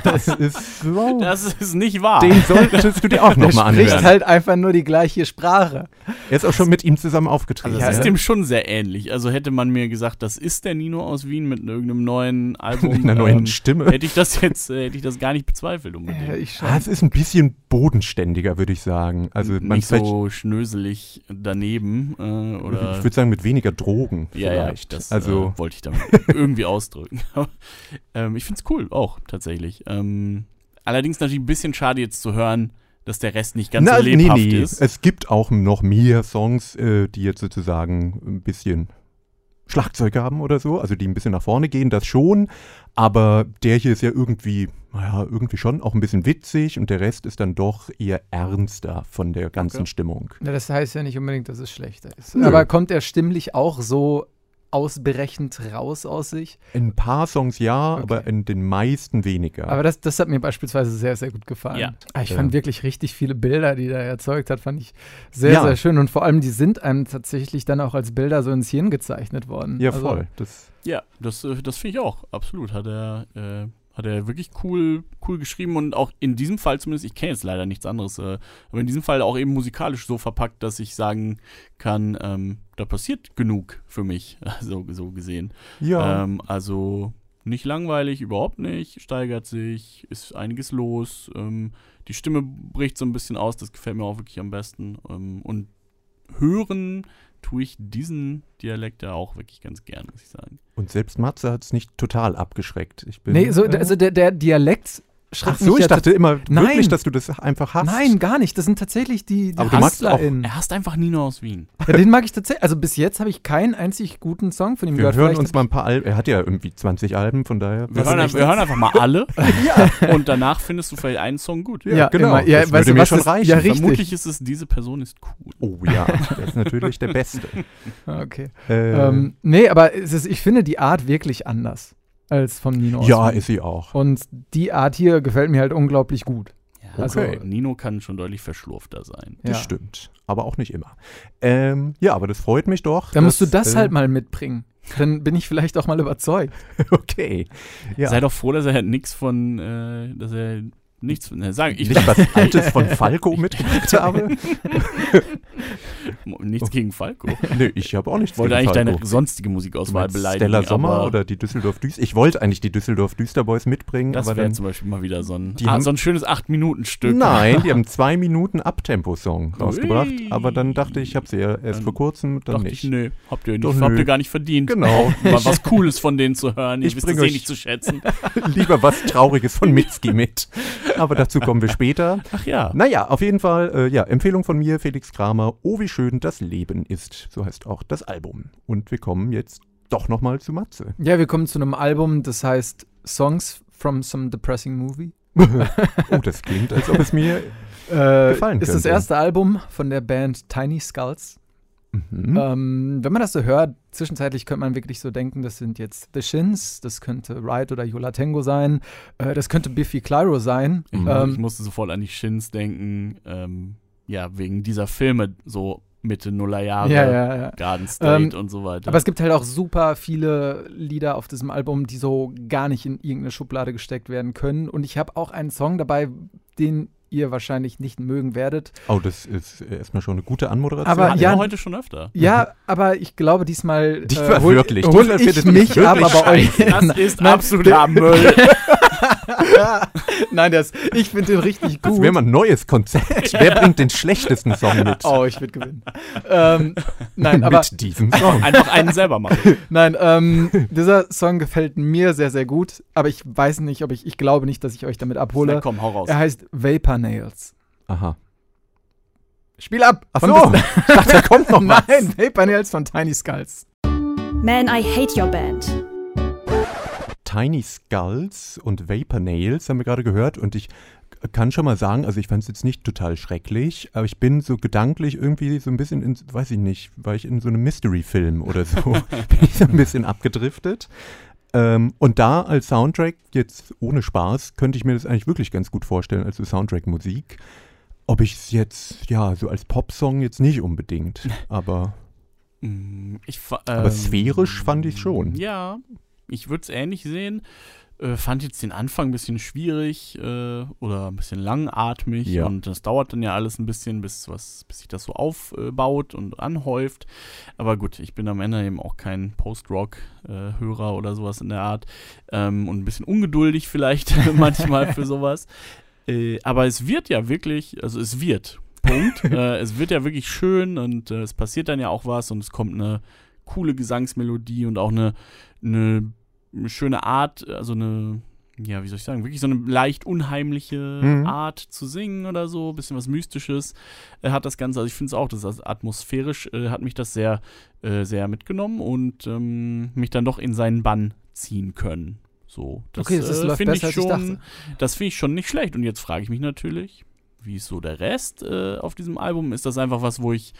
Speaker 2: Das ist so.
Speaker 3: Das ist nicht wahr.
Speaker 2: Den solltest du dir auch
Speaker 4: Der
Speaker 2: nochmal
Speaker 4: spricht
Speaker 2: anhören.
Speaker 4: halt einfach nur die gleiche Sprache.
Speaker 2: Er ist auch schon mit ihm zusammen aufgetreten. ne?
Speaker 3: Das
Speaker 4: Ja,
Speaker 3: ist
Speaker 4: ja.
Speaker 3: dem schon sehr ähnlich. Also hätte man mir gesagt, das ist der Nino aus Wien mit irgendeinem neuen Album.
Speaker 2: Mit einer neuen
Speaker 3: ähm,
Speaker 2: Stimme.
Speaker 3: Hätte ich das jetzt, äh, hätte ich das gar nicht bezweifelt unbedingt.
Speaker 4: Äh, ich
Speaker 2: Ah, es ist ein bisschen bodenständiger, würde ich sagen. Also man
Speaker 3: nicht
Speaker 2: vielleicht,
Speaker 3: so schnöselig daneben äh,
Speaker 2: ich
Speaker 3: oder
Speaker 2: würde sagen, mit weniger Drogen
Speaker 3: ja, ja,
Speaker 2: vielleicht.
Speaker 3: das
Speaker 2: also
Speaker 3: äh, wollte ich damit irgendwie ausdrücken. Aber, ähm, ich finde es cool auch tatsächlich. Ähm, allerdings natürlich ein bisschen schade jetzt zu hören, dass der Rest nicht ganz so
Speaker 2: also,
Speaker 3: lebhaft ist.
Speaker 2: es gibt auch noch mehr Songs, äh, die jetzt sozusagen ein bisschen Schlagzeug haben oder so, also die ein bisschen nach vorne gehen, das schon. Aber der hier ist ja irgendwie, naja, irgendwie schon auch ein bisschen witzig und der Rest ist dann doch eher ernster von der ganzen
Speaker 3: Okay.
Speaker 2: Stimmung.
Speaker 4: Na, das heißt ja nicht unbedingt, dass es schlechter ist.
Speaker 2: Nö.
Speaker 4: Aber kommt er stimmlich auch so ausbrechend raus aus sich?
Speaker 2: In ein paar Songs ja,
Speaker 4: Okay.
Speaker 2: aber in den meisten weniger.
Speaker 4: Aber das, das hat mir beispielsweise sehr, sehr gut gefallen.
Speaker 3: Ja.
Speaker 4: Ah, Ich
Speaker 2: Ja.
Speaker 4: fand wirklich richtig viele Bilder, die er erzeugt hat, fand ich sehr,
Speaker 2: Ja.
Speaker 4: sehr schön. Und vor allem, die sind einem tatsächlich dann auch als Bilder so ins Hirn gezeichnet worden.
Speaker 2: ja,
Speaker 4: Also,
Speaker 2: voll. Das
Speaker 3: Ja, das, äh, das finde ich auch, absolut. Hat er, äh, hat er wirklich cool, cool geschrieben und auch in diesem Fall zumindest, ich kenne jetzt leider nichts anderes, äh, aber in diesem Fall auch eben musikalisch so verpackt, dass ich sagen kann, ähm, da passiert genug für mich, so, so gesehen.
Speaker 2: ja.
Speaker 3: Ähm, also nicht langweilig, überhaupt nicht, steigert sich, ist einiges los, ähm, die Stimme bricht so ein bisschen aus, das gefällt mir auch wirklich am besten. Ähm, und hören tue ich diesen Dialekt ja auch wirklich ganz gern, muss ich sagen.
Speaker 2: Und selbst Matze hat es nicht total abgeschreckt. Ich bin,
Speaker 4: Nee, so,
Speaker 2: äh,
Speaker 4: also der, der Dialekt
Speaker 2: Ach
Speaker 4: schreckt
Speaker 2: so,
Speaker 4: mich
Speaker 2: ich
Speaker 4: ja
Speaker 2: dachte immer
Speaker 4: Nein.
Speaker 2: wirklich, dass du das einfach hast.
Speaker 4: Nein, gar nicht. Das sind tatsächlich die, die
Speaker 2: Aber du magst auch-
Speaker 4: HustlerInnen.
Speaker 3: Er hasst einfach Nino aus Wien.
Speaker 4: Ja, den mag ich tatsächlich. Also bis jetzt habe ich keinen einzig guten Song von ihm
Speaker 2: Wir
Speaker 4: gehört.
Speaker 2: hören
Speaker 4: Vielleicht-
Speaker 2: uns mal ein paar Alben. Er hat ja irgendwie 20 Alben, von daher.
Speaker 3: Wir, hören,
Speaker 4: echt
Speaker 3: wir hören einfach mal alle ja. und danach findest du vielleicht einen Song gut.
Speaker 4: Ja,
Speaker 2: genau.
Speaker 4: immer. Ja,
Speaker 2: das
Speaker 4: weißt
Speaker 2: würde
Speaker 4: du
Speaker 2: mir
Speaker 4: was,
Speaker 2: schon
Speaker 4: das-
Speaker 2: reichen.
Speaker 4: ja, richtig.
Speaker 3: Vermutlich ist es, diese Person ist cool.
Speaker 2: Oh ja, der ist natürlich der Beste.
Speaker 4: Ah, Okay.
Speaker 2: Äh,
Speaker 4: Ähm, nee, aber es ist, ich finde die Art wirklich anders als vom Nino.
Speaker 2: ja,
Speaker 4: Oswald.
Speaker 2: ist sie auch.
Speaker 4: Und die Art hier gefällt mir halt unglaublich gut.
Speaker 3: also
Speaker 2: okay.
Speaker 3: Nino kann schon deutlich verschlurfter sein.
Speaker 2: Das
Speaker 4: ja.
Speaker 2: stimmt. Aber auch nicht immer. Ähm, ja, aber das freut mich doch.
Speaker 4: Dann musst du das
Speaker 2: äh,
Speaker 4: halt mal mitbringen. Dann bin ich vielleicht auch mal überzeugt.
Speaker 2: Okay. Ja.
Speaker 3: Sei doch froh, dass er halt nichts von, äh, dass er nichts von, äh, sagen, ich,
Speaker 2: nicht was Altes von Falco mitgebracht habe.
Speaker 3: nichts gegen Falco.
Speaker 2: Oh. Nee, ich habe auch nichts.
Speaker 3: Ich wollte
Speaker 2: gegen
Speaker 3: eigentlich deine
Speaker 2: Falco.
Speaker 3: sonstige
Speaker 2: Du
Speaker 3: Musikauswahl
Speaker 2: meinst
Speaker 3: beleidigen.
Speaker 2: Stella Sommer
Speaker 3: aber
Speaker 2: oder die Düsseldorf Düster. Ich wollte eigentlich die Düsseldorf Düster Boys mitbringen,
Speaker 3: Das
Speaker 2: aber
Speaker 3: wäre
Speaker 2: dann.
Speaker 3: zum Beispiel mal wieder so ein,
Speaker 2: Die
Speaker 3: ah,
Speaker 2: haben-
Speaker 3: so ein schönes 8-Minuten-Stück.
Speaker 2: Nein, die haben zwei Minuten Abtempo-Song rausgebracht,
Speaker 3: Ui.
Speaker 2: aber dann dachte ich, ich habe sie ja erst
Speaker 3: Dann
Speaker 2: vor kurzem, dann
Speaker 3: Dachte
Speaker 2: nicht.
Speaker 3: ich, nö, habt ihr,
Speaker 2: Doch
Speaker 3: nicht, habt
Speaker 2: nö.
Speaker 3: ihr gar nicht verdient.
Speaker 2: Genau.
Speaker 3: Mal was Cooles von denen zu hören. Ihr
Speaker 2: Ich
Speaker 3: wisst
Speaker 2: bring
Speaker 3: es eh
Speaker 2: euch-
Speaker 3: nicht zu schätzen.
Speaker 2: Lieber was Trauriges von Mitski mit. Aber dazu kommen wir später.
Speaker 3: Ach ja.
Speaker 2: Naja, auf jeden Fall, äh, ja, Empfehlung von mir, Felix Kramer, Oh, wie schön das Leben ist. So heißt auch das Album. Und wir kommen jetzt doch nochmal zu Matze.
Speaker 4: Ja, wir kommen zu einem Album, das heißt Songs from Some Depressing Movie.
Speaker 2: Oh, das klingt, als ob es mir.
Speaker 4: Äh,
Speaker 2: Gefallen
Speaker 4: ist das
Speaker 2: könnte.
Speaker 4: erste Album von der Band Tiny Skulls.
Speaker 2: Mhm.
Speaker 4: Ähm, wenn man das so hört, zwischenzeitlich könnte man wirklich so denken, das sind jetzt The Shins, das könnte Ride oder Yola Tango sein, äh, das könnte Biffy Clyro sein.
Speaker 3: Ich, ich
Speaker 4: Ähm,
Speaker 3: musste sofort an die Shins denken. Ähm, ja, wegen dieser Filme, so Mitte Nuller Jahre,
Speaker 4: ja, ja, ja.
Speaker 3: Garden State
Speaker 4: Ähm,
Speaker 3: und so weiter.
Speaker 4: Aber es gibt halt auch super viele Lieder auf diesem Album, die so gar nicht in irgendeine Schublade gesteckt werden können. Und ich habe auch einen Song dabei, den ihr wahrscheinlich nicht mögen werdet.
Speaker 2: Oh, das ist erstmal schon eine gute Anmoderation.
Speaker 4: Aber
Speaker 3: Hatten
Speaker 4: ja,
Speaker 3: wir heute schon öfter.
Speaker 4: Ja, aber ich glaube diesmal
Speaker 2: Dich verwirklicht.
Speaker 4: äh, hol,
Speaker 2: Dich
Speaker 4: hol ich
Speaker 2: verwirklicht.
Speaker 4: mich ab,
Speaker 2: Wirklich
Speaker 4: aber euch.
Speaker 3: Das ist absoluter Müll.
Speaker 4: Nein, das, ich finde den richtig
Speaker 2: das
Speaker 4: gut.
Speaker 2: wäre mal ein neues Konzept. Wer bringt den schlechtesten Song mit?
Speaker 4: Oh, ich würde gewinnen. ähm, nein, aber
Speaker 2: mit diesem Song.
Speaker 3: Einfach einen selber machen.
Speaker 4: nein, ähm, dieser Song gefällt mir sehr, sehr gut. Aber ich weiß nicht, ob ich, ich glaube nicht, dass ich euch damit
Speaker 3: Na
Speaker 4: abhole.
Speaker 3: komm, hau raus.
Speaker 4: Er heißt Vapor Nails.
Speaker 2: Aha.
Speaker 4: Spiel ab!
Speaker 2: Ach
Speaker 4: Von
Speaker 2: so,
Speaker 4: bis-
Speaker 2: ich dachte, da kommt noch was.
Speaker 4: Nein, Vapor Nails von Tiny Skulls.
Speaker 1: Man, I hate your band.
Speaker 2: Tiny Skulls und Vapor Nails haben wir gerade gehört und ich kann schon mal sagen, also ich fand es jetzt nicht total schrecklich, aber ich bin so gedanklich irgendwie so ein bisschen in, weiß ich nicht, war ich in so einem Mystery-Film oder so, bin ich so ein bisschen abgedriftet. Ähm, und da als Soundtrack, jetzt ohne Spaß, könnte ich mir das eigentlich wirklich ganz gut vorstellen, als so Soundtrack-Musik. Ob ich es jetzt, ja, so als Popsong jetzt nicht unbedingt, aber,
Speaker 3: Hm, Ich, fa-
Speaker 2: aber
Speaker 3: ähm,
Speaker 2: sphärisch fand ich schon.
Speaker 3: Ja, ich würde es ähnlich sehen. Äh, fand jetzt den Anfang ein bisschen schwierig äh, oder ein bisschen langatmig
Speaker 2: Ja.
Speaker 3: und das dauert dann ja alles ein bisschen, bis, was, bis sich das so aufbaut und anhäuft. Aber gut, ich bin am Ende eben auch kein Post-Rock-Hörer oder sowas in der Art ähm, und ein bisschen ungeduldig vielleicht manchmal für sowas. Äh, aber es wird ja wirklich, also es wird, Punkt. äh, es wird ja wirklich schön und äh, es passiert dann ja auch was und es kommt eine coole Gesangsmelodie und auch eine, eine schöne Art, also eine, ja, wie soll ich sagen, wirklich so eine leicht unheimliche
Speaker 2: Mhm.
Speaker 3: Art zu singen oder so, bisschen was Mystisches äh, hat das Ganze. Also ich finde es auch, das ist atmosphärisch äh, hat mich das sehr, äh, sehr mitgenommen und ähm, mich dann doch in seinen Bann ziehen können. So, das,
Speaker 4: okay, das ist,
Speaker 3: äh,
Speaker 4: läuft
Speaker 3: finde
Speaker 4: besser,
Speaker 3: ich
Speaker 4: als ich
Speaker 3: schon,
Speaker 4: dachte.
Speaker 3: das finde ich schon nicht schlecht. Und jetzt frage ich mich natürlich, wie ist so der Rest äh, auf diesem Album? Ist das einfach was, wo ich,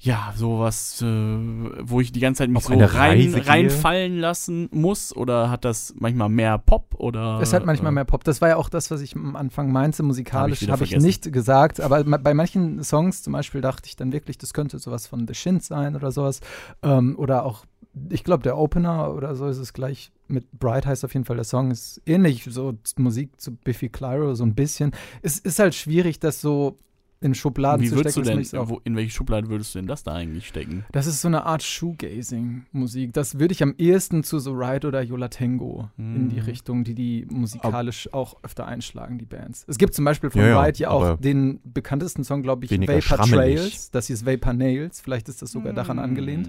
Speaker 3: ja, sowas, äh, wo ich die ganze Zeit mich
Speaker 2: Auf
Speaker 3: so
Speaker 2: eine
Speaker 3: rein,
Speaker 2: Reise gehe?
Speaker 3: reinfallen lassen muss? Oder hat das manchmal mehr Pop? Oder,
Speaker 4: Es hat manchmal
Speaker 3: äh,
Speaker 4: mehr Pop. Das war ja auch das, was ich am Anfang meinte. Musikalisch
Speaker 3: wieder
Speaker 4: habe ich,
Speaker 3: vergessen.
Speaker 4: nicht gesagt, aber ma- bei manchen Songs zum Beispiel dachte ich dann wirklich, das könnte sowas von The Shins sein oder sowas. Ähm, oder auch, ich glaube, der Opener oder so ist es gleich mit Bright heißt auf jeden Fall der Song. Ist ähnlich, so z- Musik zu Biffy Clyro, so ein bisschen. Es ist halt schwierig, das so in Schubladen
Speaker 3: Wie
Speaker 4: zu
Speaker 3: würdest
Speaker 4: stecken.
Speaker 3: du
Speaker 4: das
Speaker 3: denn,
Speaker 4: möchte ich auch-
Speaker 3: wo, in welche Schublade würdest du denn das da eigentlich stecken?
Speaker 4: das ist so eine Art Shoegazing-Musik. Das würde ich am ehesten zu So Ride oder Yola Tango in die
Speaker 2: Hm.
Speaker 3: Mhm.
Speaker 4: Richtung, die die musikalisch auch öfter einschlagen, die Bands. Es gibt zum Beispiel von
Speaker 2: Ja, ja,
Speaker 4: Ride ja auch
Speaker 2: aber
Speaker 4: den bekanntesten Song, glaube ich,
Speaker 2: weniger
Speaker 4: Vapor
Speaker 2: schrammelig.
Speaker 4: Hm,
Speaker 2: Hm.
Speaker 4: Trails. Das hier ist Vapor Nails. Vielleicht ist das sogar daran angelehnt.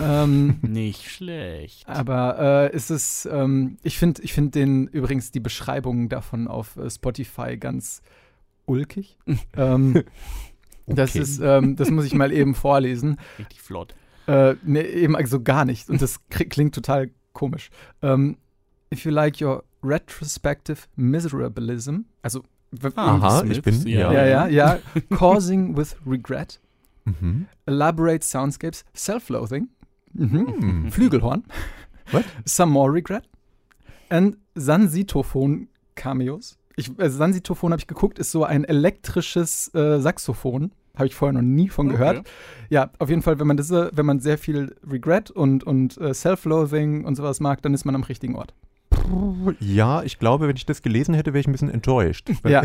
Speaker 4: ähm,
Speaker 3: Hm, Nicht schlecht.
Speaker 4: aber äh, ist es, ähm, ich finde ich find den übrigens die Beschreibung davon auf äh, Spotify ganz ulkig. ähm, Das
Speaker 2: Okay.
Speaker 4: ist, ähm, das muss ich mal eben vorlesen.
Speaker 3: Richtig flott.
Speaker 4: Äh, nee, eben also gar nicht. Und das kri- klingt total komisch. Ähm, if you like your retrospective miserabilism, also w-
Speaker 2: Aha,
Speaker 3: Smiths,
Speaker 2: ich bin.
Speaker 3: Ah, ja.
Speaker 4: ja, ja, ja, causing with regret,
Speaker 2: Mhm.
Speaker 4: elaborate soundscapes, self-loathing, mhm.
Speaker 2: Hm.
Speaker 4: Flügelhorn,
Speaker 2: What?
Speaker 4: some more regret and Sansitophon Cameos. Ich, äh, Sansitophon habe ich geguckt, ist so ein elektrisches äh, Saxophon. Habe ich vorher noch nie von gehört. Ja, auf jeden Fall, wenn man diese, wenn man sehr viel Regret und, und äh, Self-Loathing und sowas mag, dann ist man am richtigen Ort.
Speaker 2: Ja, ich glaube, wenn ich das gelesen hätte, wäre ich ein bisschen enttäuscht.
Speaker 4: Ja.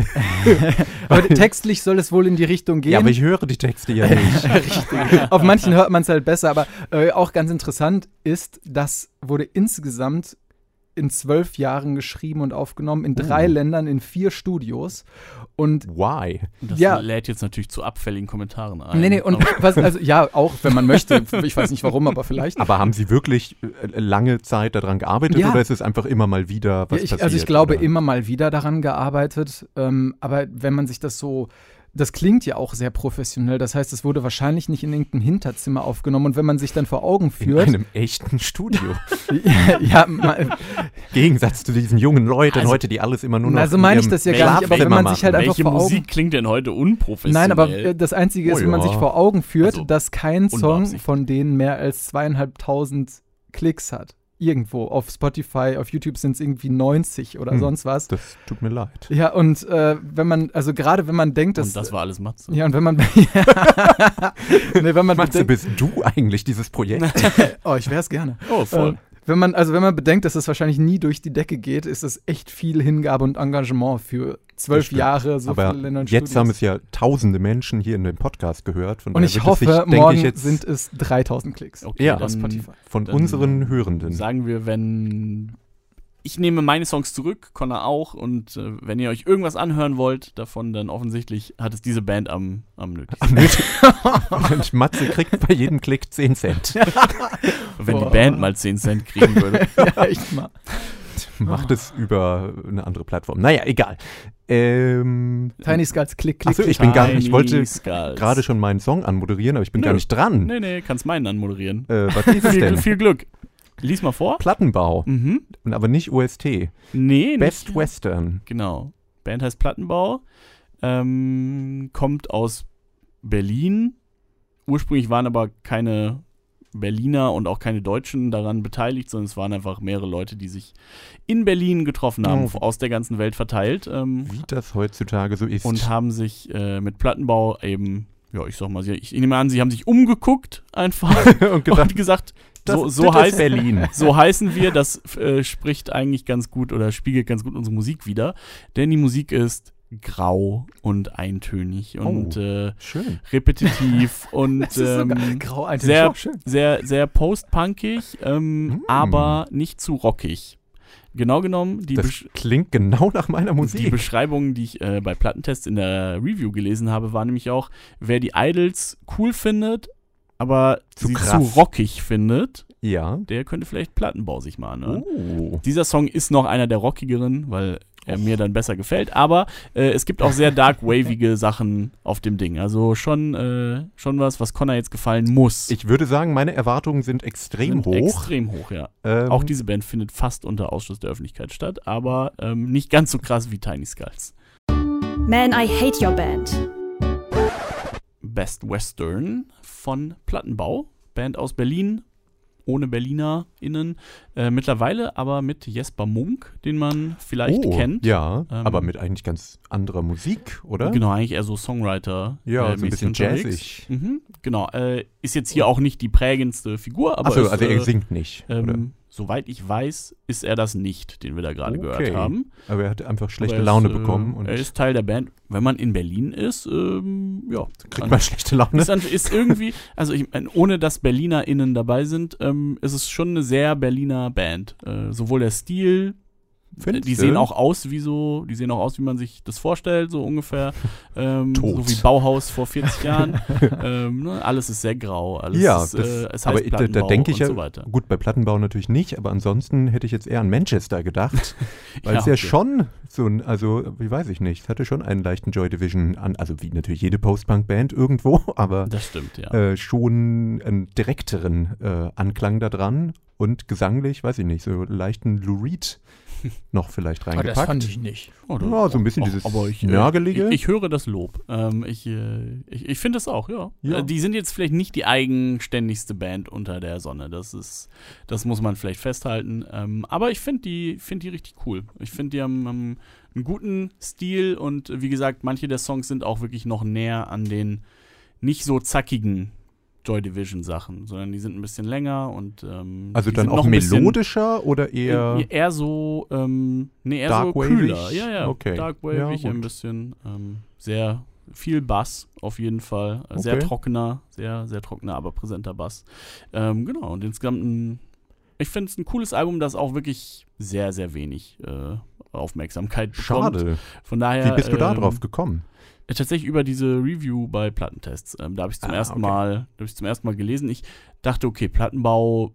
Speaker 4: aber textlich soll es wohl in die Richtung gehen.
Speaker 2: ja, aber ich höre die Texte ja nicht.
Speaker 4: Auf manchen hört man es halt besser, aber äh, auch ganz interessant ist, das wurde insgesamt in zwölf Jahren geschrieben und aufgenommen, in drei
Speaker 2: Uh.
Speaker 4: Ländern, in vier Studios. Und
Speaker 2: Why?
Speaker 3: Das
Speaker 4: Ja.
Speaker 3: lädt jetzt natürlich zu abfälligen Kommentaren ein.
Speaker 4: nee, nee, und
Speaker 3: Aber
Speaker 4: was, also ja, auch wenn man möchte, ich weiß nicht warum, aber vielleicht.
Speaker 2: Aber haben Sie wirklich äh, lange Zeit daran gearbeitet
Speaker 4: Ja.
Speaker 2: oder ist es einfach immer mal wieder was
Speaker 4: Ja, ich,
Speaker 2: passiert?
Speaker 4: also ich glaube
Speaker 2: oder?
Speaker 4: immer mal wieder daran gearbeitet, ähm, aber wenn man sich das so, das klingt ja auch sehr professionell, das heißt, es wurde wahrscheinlich nicht in irgendein Hinterzimmer aufgenommen und wenn man sich dann vor Augen
Speaker 2: in
Speaker 4: führt,
Speaker 2: einem echten Studio.
Speaker 4: ja, ma-
Speaker 2: Gegensatz zu diesen jungen Leuten
Speaker 3: Also-
Speaker 2: heute, die alles immer nur noch.
Speaker 4: Na, so meine ich
Speaker 2: in ihrem
Speaker 4: das ja gar nicht, aber wenn
Speaker 2: Schlafzimmer
Speaker 4: man sich halt
Speaker 2: machen.
Speaker 4: einfach
Speaker 3: welche
Speaker 4: vor Augen-
Speaker 3: Musik klingt denn heute unprofessionell?
Speaker 4: Nein, aber äh, das Einzige ist,
Speaker 2: Oh
Speaker 4: wenn man
Speaker 2: ja.
Speaker 4: sich vor Augen führt,
Speaker 3: Also,
Speaker 4: dass kein Song
Speaker 3: unbeabsichtigt.
Speaker 4: von denen mehr als zweieinhalbtausend Klicks hat. Irgendwo. Auf Spotify, auf YouTube sind es irgendwie 90 oder
Speaker 2: Hm.
Speaker 4: sonst was.
Speaker 2: Das tut mir leid.
Speaker 4: Ja, und äh, wenn man, also gerade wenn man denkt, dass.
Speaker 3: und das war alles Matze.
Speaker 4: ja, und wenn man. nee, wenn man
Speaker 2: Matze,
Speaker 4: bedenkt,
Speaker 2: bist du eigentlich dieses Projekt?
Speaker 4: oh, ich wär's gerne.
Speaker 3: Oh, voll.
Speaker 2: Ähm,
Speaker 4: Äh, wenn man, also wenn man bedenkt, dass es wahrscheinlich nie durch die Decke geht, ist das echt viel Hingabe und Engagement für zwölf
Speaker 2: stimmt.
Speaker 4: Jahre, so
Speaker 2: aber
Speaker 4: viele Länder und
Speaker 2: jetzt
Speaker 4: Studios.
Speaker 2: haben es ja tausende Menschen hier in dem Podcast gehört. Von
Speaker 4: und
Speaker 2: daher
Speaker 4: ich
Speaker 2: wird es sich,
Speaker 4: hoffe,
Speaker 2: denke
Speaker 4: morgen
Speaker 2: ich jetzt
Speaker 4: sind es 3000 Klicks.
Speaker 3: okay,
Speaker 2: ja.
Speaker 3: dann
Speaker 4: auf Spotify.
Speaker 2: von
Speaker 3: dann
Speaker 2: unseren Hörenden.
Speaker 3: sagen wir, wenn ich nehme meine Songs zurück, Connor auch und äh, wenn ihr euch irgendwas anhören wollt davon, dann offensichtlich hat es diese Band am, am nötigsten.
Speaker 2: Und Matze kriegt bei jedem Klick 10 Cent.
Speaker 3: Wenn die
Speaker 4: Boah.
Speaker 3: Band mal 10 Cent kriegen würde.
Speaker 4: ja, echt mal.
Speaker 2: Macht es über eine andere Plattform. Naja, egal. Ähm,
Speaker 4: Tiny Skulls, klick, klick.
Speaker 2: Achso, ich bin gar nicht. Ich wollte
Speaker 3: Tiny Skulls.
Speaker 2: gerade schon meinen Song anmoderieren, aber ich bin
Speaker 3: Nö.
Speaker 2: gar nicht dran.
Speaker 3: Nee, nee, kannst meinen anmoderieren.
Speaker 2: Äh, was ist es
Speaker 3: Viel,
Speaker 2: denn?
Speaker 3: viel Glück. Lies mal vor.
Speaker 2: Plattenbau,
Speaker 3: Mhm.
Speaker 2: und aber nicht OST.
Speaker 3: Nee,
Speaker 2: Best
Speaker 3: nicht.
Speaker 2: Western.
Speaker 3: Genau. Band heißt Plattenbau. Ähm, kommt aus Berlin. Ursprünglich waren aber keine Berliner und auch keine Deutschen daran beteiligt, sondern es waren einfach mehrere Leute, die sich in Berlin getroffen haben,
Speaker 2: Oh.
Speaker 3: aus der ganzen Welt verteilt. Ähm,
Speaker 2: Wie das heutzutage so ist.
Speaker 3: und haben sich äh, mit Plattenbau eben, ja, ich sag mal, sie- ich nehme an, sie haben sich umgeguckt einfach
Speaker 2: Und gedacht,
Speaker 3: und gesagt,
Speaker 2: das,
Speaker 3: so,
Speaker 2: das
Speaker 3: so
Speaker 2: ist
Speaker 3: heißt
Speaker 2: Berlin.
Speaker 3: so heißen wir, das äh, spricht eigentlich ganz gut oder spiegelt ganz gut unsere Musik wider, denn die Musik ist grau und eintönig
Speaker 2: Oh.
Speaker 3: und äh,
Speaker 2: Schön.
Speaker 3: repetitiv und
Speaker 4: Das ist sogar
Speaker 3: ähm,
Speaker 4: grau, ein
Speaker 3: sehr-
Speaker 4: sehr schön.
Speaker 3: sehr, sehr post-punkig, ähm,
Speaker 2: Mm.
Speaker 3: aber nicht zu rockig. Genau genommen, die,
Speaker 2: Das
Speaker 3: Besch
Speaker 2: klingt genau nach meiner
Speaker 3: die
Speaker 2: Musik.
Speaker 3: Beschreibungen, die ich äh, bei Plattentests in der Review gelesen habe, war nämlich auch, wer die Idols cool findet, aber
Speaker 2: Zu
Speaker 3: sie zu
Speaker 2: krass.
Speaker 3: rockig findet,
Speaker 2: ja.
Speaker 3: der könnte vielleicht Plattenbau sich mal anhören.
Speaker 2: Oh.
Speaker 3: Dieser Song ist noch einer der rockigeren, weil er mir dann besser gefällt. Aber äh, es gibt auch sehr dark wavige Sachen auf dem Ding. Also schon, äh, schon was, was Connor jetzt gefallen muss.
Speaker 2: Ich würde sagen, meine Erwartungen sind extrem
Speaker 3: Sind
Speaker 2: hoch.
Speaker 3: Extrem hoch, ja.
Speaker 2: Ähm,
Speaker 3: Auch diese Band findet fast unter Ausschluss der Öffentlichkeit statt, aber ähm, nicht ganz so krass wie Tiny Skulls.
Speaker 1: Man, I hate your band.
Speaker 3: Best Western von Plattenbau. Band aus Berlin, ohne BerlinerInnen. Äh, mittlerweile aber mit Jesper Munk, den man vielleicht
Speaker 2: oh,
Speaker 3: kennt.
Speaker 2: Ja,
Speaker 3: Ähm,
Speaker 2: aber mit eigentlich ganz anderer Musik, oder?
Speaker 3: Genau, eigentlich eher so Songwriter.
Speaker 2: Ja,
Speaker 3: äh,
Speaker 2: so ein bisschen
Speaker 3: mäßig unterwegs.
Speaker 2: jazzig.
Speaker 3: Mhm, genau. Äh, ist jetzt hier auch nicht die prägendste Figur, aber.
Speaker 2: Achso,
Speaker 3: ist,
Speaker 2: also
Speaker 3: äh,
Speaker 2: er singt nicht. oder?
Speaker 3: ähm, soweit ich weiß, ist er das nicht, den wir da gerade
Speaker 2: Okay.
Speaker 3: gehört haben.
Speaker 2: Aber er hat einfach schlechte
Speaker 3: Aber er ist,
Speaker 2: Laune
Speaker 3: äh,
Speaker 2: bekommen und
Speaker 3: er ist Teil der Band. Wenn man in Berlin ist, ähm, ja.
Speaker 2: kriegt man schlechte Laune.
Speaker 3: Ist, an- ist irgendwie, also ich meine, ohne dass BerlinerInnen dabei sind, ähm, ist es schon eine sehr Berliner Band. Äh, sowohl der Stil,
Speaker 2: Findest
Speaker 3: die
Speaker 2: du?
Speaker 3: sehen auch aus wie so, die sehen auch aus, wie man sich das vorstellt, so ungefähr. Ähm,
Speaker 2: Tot.
Speaker 3: So wie Bauhaus vor 40 Jahren. ähm, ne? Alles ist sehr grau, alles
Speaker 2: Ja,
Speaker 3: ist,
Speaker 2: das-
Speaker 3: äh, es heißt
Speaker 2: aber da, da
Speaker 3: Plattenbau
Speaker 2: denke ich
Speaker 3: und
Speaker 2: ja,
Speaker 3: so weiter.
Speaker 2: gut, bei Plattenbau natürlich nicht, aber ansonsten hätte ich jetzt eher an Manchester gedacht, weil
Speaker 3: Ja,
Speaker 2: es ja
Speaker 3: okay.
Speaker 2: schon so ein, also, wie weiß ich nicht, es hatte schon einen leichten Joy Division an, also wie natürlich jede Post-Punk-Band irgendwo, aber
Speaker 3: Das stimmt, ja.
Speaker 2: äh, schon einen direkteren äh, Anklang da dran und gesanglich, weiß ich nicht, so leichten Lou Reed noch vielleicht
Speaker 4: Aber
Speaker 2: reingepackt.
Speaker 4: Ah, das fand ich nicht.
Speaker 3: Oder-
Speaker 2: ja, so ein bisschen dieses
Speaker 3: aber ich, äh,
Speaker 2: Nörgelige.
Speaker 3: Ich, ich höre das Lob. Ähm, ich äh, ich, ich finde es auch, ja.
Speaker 2: Ja.
Speaker 3: Äh, Die sind jetzt vielleicht nicht die eigenständigste Band unter der Sonne. Das ist, das muss man vielleicht festhalten. Ähm, aber ich finde die, find die richtig cool. Ich finde, die haben, haben einen guten Stil und äh, wie gesagt, manche der Songs sind auch wirklich noch näher an den nicht so zackigen Joy Division Sachen, sondern die sind ein bisschen länger und ähm,
Speaker 2: also
Speaker 3: die
Speaker 2: dann
Speaker 3: sind
Speaker 2: auch
Speaker 3: noch ein bisschen- Äh,
Speaker 2: melodischer oder eher.
Speaker 3: eher, eher so, ähm, nee, eher so
Speaker 2: Darkwavig?
Speaker 3: kühler. Ja, ja,
Speaker 2: Okay.
Speaker 3: darkwavig
Speaker 2: Ja, gut.
Speaker 3: ein bisschen. Ähm, sehr viel Bass auf jeden Fall. Äh, Sehr
Speaker 2: Okay.
Speaker 3: trockener, sehr, sehr trockener, aber präsenter Bass. Ähm, genau, und insgesamt ein, ich finde es ein cooles Album, das auch wirklich sehr, sehr wenig äh, Aufmerksamkeit bekommt.
Speaker 2: Schade.
Speaker 3: Von daher,
Speaker 2: Wie bist du da
Speaker 3: ähm,
Speaker 2: drauf gekommen?
Speaker 3: äh, Tatsächlich über diese Review bei Plattentests. Ähm, da habe ich zum
Speaker 2: Ah,
Speaker 3: ersten
Speaker 2: okay.
Speaker 3: Mal, da habe ich zum ersten Mal gelesen. Ich dachte, okay, Plattenbau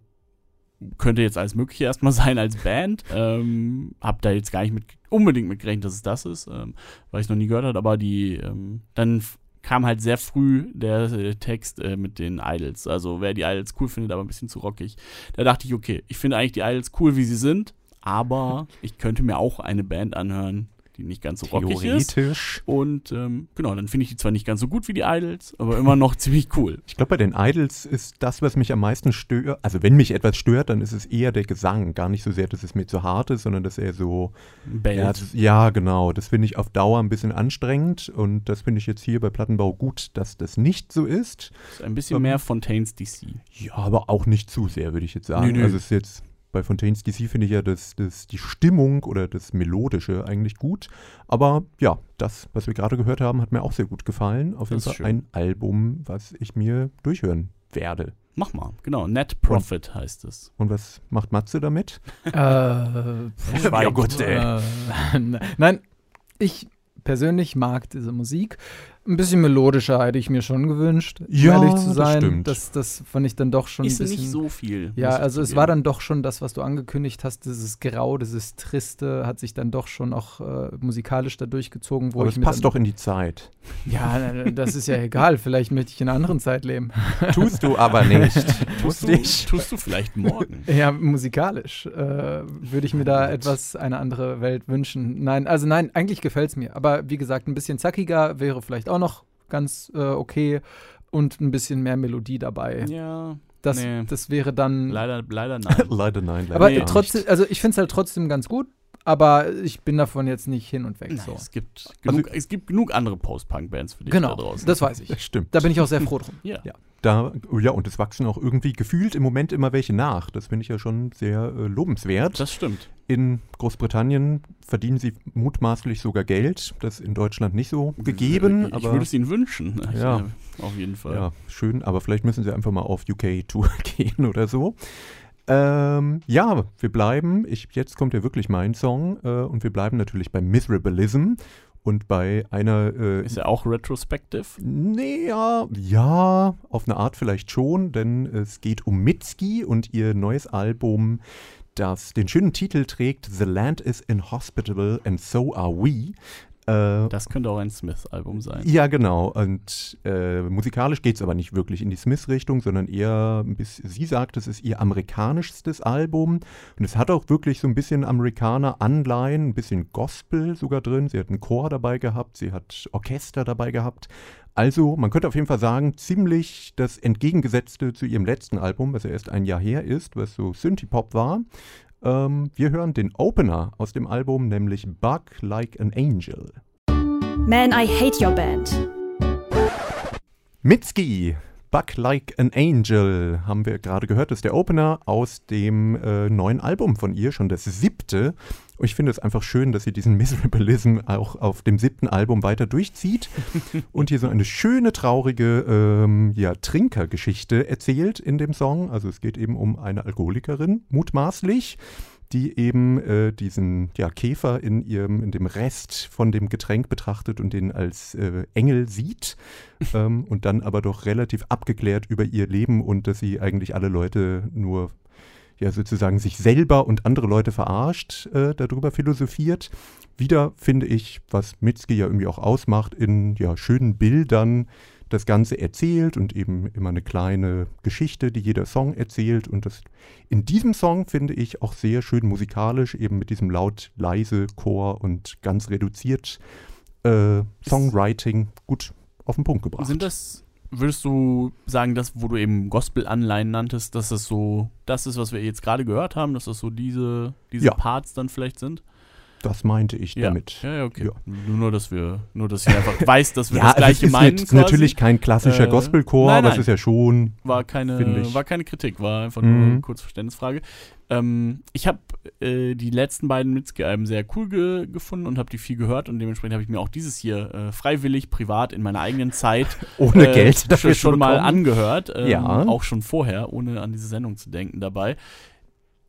Speaker 3: könnte jetzt alles Mögliche erstmal sein als Band. Ähm, hab da jetzt gar nicht mit, unbedingt mit gerechnet, dass es das ist, ähm, weil ich noch nie gehört habe. Aber die, ähm, dann f- kam halt sehr früh der äh, Text äh, mit den Idols. Also wer die Idols cool findet, aber ein bisschen zu rockig. Da dachte ich, okay, ich finde eigentlich die Idols cool, wie sie sind, aber ich könnte mir auch eine Band anhören, die nicht ganz so rockig ist.
Speaker 2: Theoretisch.
Speaker 3: Und ähm, genau, dann finde ich die zwar nicht ganz so gut wie die Idols, aber immer noch ziemlich cool.
Speaker 2: Ich glaube, bei den Idols ist das, was mich am meisten stört. Also, wenn mich etwas stört, dann ist es eher der Gesang. Gar nicht so sehr, dass es mir zu hart ist, sondern dass er so.
Speaker 3: Band.
Speaker 2: Ja, das, ja genau. Das finde ich auf Dauer ein bisschen anstrengend. Und das finde ich jetzt hier bei Plattenbau gut, dass das nicht so ist.
Speaker 3: ist ein bisschen
Speaker 2: ähm,
Speaker 3: mehr Fontaines DC.
Speaker 2: Ja, aber auch nicht zu sehr, würde ich jetzt sagen.
Speaker 3: Nö, nö.
Speaker 2: Also, es ist jetzt. Bei Fontaines DC finde ich ja das, das, die Stimmung oder das Melodische eigentlich gut. Aber ja, das, was wir gerade gehört haben, hat mir auch sehr gut gefallen. Auf jeden Fall
Speaker 3: Das ist
Speaker 2: ein Album, was ich mir durchhören werde.
Speaker 3: Mach mal, genau. Net Profit heißt es.
Speaker 2: Und was macht Matze damit?
Speaker 4: Äh,
Speaker 2: Ja, gut, ey.
Speaker 4: Äh, nein, ich persönlich mag diese Musik. Ein bisschen melodischer hätte ich mir schon gewünscht, um
Speaker 2: Ja,
Speaker 4: ehrlich zu
Speaker 2: das
Speaker 4: sein.
Speaker 2: stimmt.
Speaker 4: Das, das fand ich dann doch schon
Speaker 3: Ist
Speaker 4: ein bisschen.
Speaker 3: nicht so viel.
Speaker 4: ja,
Speaker 3: muss ich
Speaker 4: also es
Speaker 3: zugeben.
Speaker 4: war dann doch schon das, was du angekündigt hast, dieses Grau, dieses Triste, hat sich dann doch schon auch äh, musikalisch da durchgezogen, wo
Speaker 2: Aber
Speaker 4: ich
Speaker 2: es
Speaker 4: mir
Speaker 2: passt
Speaker 4: dann,
Speaker 2: doch in die Zeit.
Speaker 4: Ja, das ist ja egal, vielleicht möchte ich in einer anderen Zeit leben.
Speaker 2: Tust du aber nicht.
Speaker 3: Tust du,
Speaker 2: lustig.
Speaker 3: tust du vielleicht morgen.
Speaker 4: Ja, musikalisch äh, würde ich mir da etwas eine andere Welt wünschen. Nein, also nein, eigentlich gefällt es mir. Aber wie gesagt, ein bisschen zackiger wäre vielleicht auch noch ganz äh, okay und ein bisschen mehr Melodie dabei.
Speaker 3: ja,
Speaker 4: Das,
Speaker 3: nee.
Speaker 4: das wäre dann.
Speaker 3: leider, leider nein.
Speaker 2: leider nein, leider
Speaker 4: aber
Speaker 3: nee,
Speaker 2: gar
Speaker 4: trotzdem, also ich finde es halt trotzdem ganz gut, aber ich bin davon jetzt nicht hin und weg.
Speaker 3: Nein,
Speaker 4: so.
Speaker 3: es, gibt
Speaker 2: Also-
Speaker 3: genug, es gibt genug andere Post-Punk-Bands für dich da
Speaker 4: Genau,
Speaker 3: draußen.
Speaker 4: das weiß ich.
Speaker 2: nicht. Stimmt.
Speaker 4: Da bin ich auch sehr froh drum.
Speaker 3: ja.
Speaker 4: Ja.
Speaker 2: Da, oh ja, und es wachsen auch irgendwie gefühlt im Moment immer welche nach. Das finde ich ja schon sehr äh, lobenswert.
Speaker 3: Das stimmt.
Speaker 2: In Großbritannien verdienen sie mutmaßlich sogar Geld. Das ist in Deutschland nicht so gegeben.
Speaker 3: Äh, ich
Speaker 2: aber
Speaker 3: würde es ihnen wünschen.
Speaker 2: Ja.
Speaker 3: Ich, äh, auf jeden Fall.
Speaker 2: Ja, schön, aber vielleicht müssen sie einfach mal auf UK-Tour gehen oder so. Ähm, ja, wir bleiben, ich, jetzt kommt ja wirklich mein Song äh, und wir bleiben natürlich bei Miserabilism und bei einer, äh,
Speaker 3: Ist ja auch retrospective.
Speaker 2: nee, ja, ja, auf eine Art vielleicht schon, denn es geht um Mitski und ihr neues Album, das den schönen Titel trägt, The Land is Inhospitable and So Are We. Äh,
Speaker 3: Das könnte auch ein Smith-Album sein.
Speaker 2: ja, genau. Und äh, musikalisch geht es aber nicht wirklich in die Smith-Richtung, sondern eher, ein bisschen, sie sagt, es ist ihr amerikanischstes Album. Und es hat auch wirklich so ein bisschen Amerikaner-Anleihen, ein bisschen Gospel sogar drin. Sie hat einen Chor dabei gehabt, sie hat Orchester dabei gehabt. Also, man könnte auf jeden Fall sagen, ziemlich das Entgegengesetzte zu ihrem letzten Album, was ja erst ein Jahr her ist, was so Synthie-Pop war. Ähm, wir hören den Opener aus dem Album, nämlich Bug Like an Angel.
Speaker 1: Man, I hate your band.
Speaker 2: Mitski, Buck Like an Angel, haben wir gerade gehört, ist der Opener aus dem äh, neuen Album von ihr, schon das siebte. Und ich finde es einfach schön, dass sie diesen Miserabilism auch auf dem siebten Album weiter durchzieht und hier so eine schöne, traurige ähm, ja, Trinkergeschichte erzählt in dem Song. Also es geht eben um eine Alkoholikerin, mutmaßlich die eben äh, diesen ja, Käfer in ihrem, in dem Rest von dem Getränk betrachtet und den als äh, Engel sieht ähm, und dann aber doch relativ abgeklärt über ihr Leben und dass sie eigentlich alle Leute nur ja sozusagen sich selber und andere Leute verarscht, äh, darüber philosophiert. Wieder finde ich, was Mitski ja irgendwie auch ausmacht, in ja, schönen Bildern das Ganze erzählt und eben immer eine kleine Geschichte, die jeder Song erzählt. Und das in diesem Song finde ich auch sehr schön musikalisch, eben mit diesem laut, leise Chor und ganz reduziert äh, Songwriting gut auf den Punkt gebracht.
Speaker 3: Sind das, würdest du sagen, das, wo du eben Gospel-Anleihen nanntest, dass das so, das ist, was wir jetzt gerade gehört haben, dass das so diese, diese
Speaker 2: Ja.
Speaker 3: Parts dann vielleicht sind?
Speaker 2: das meinte ich damit.
Speaker 3: Ja, ja, okay.
Speaker 2: Ja.
Speaker 3: Nur, dass wir, nur, dass ich einfach weiß, dass wir
Speaker 2: Ja,
Speaker 3: das
Speaker 2: also es
Speaker 3: gleiche
Speaker 2: ist
Speaker 3: meinen.
Speaker 2: nat-
Speaker 3: quasi.
Speaker 2: natürlich kein klassischer
Speaker 3: Äh,
Speaker 2: Gospelchor,
Speaker 3: nein,
Speaker 2: aber es
Speaker 3: nein.
Speaker 2: ist ja schon.
Speaker 3: war
Speaker 2: Finde
Speaker 3: keine,
Speaker 2: ich.
Speaker 3: war keine Kritik, war einfach
Speaker 2: Mhm.
Speaker 3: nur eine Kurzverständnisfrage. Ähm, ich habe äh, die letzten beiden Mitski-Alben sehr cool ge gefunden und habe die viel gehört und dementsprechend habe ich mir auch dieses hier äh, freiwillig, privat, in meiner eigenen Zeit
Speaker 2: Ohne
Speaker 3: äh,
Speaker 2: Geld dafür
Speaker 3: schon
Speaker 2: zu
Speaker 3: mal
Speaker 2: bekommen.
Speaker 3: angehört. Ähm,
Speaker 2: Ja.
Speaker 3: Auch schon vorher, ohne an diese Sendung zu denken dabei.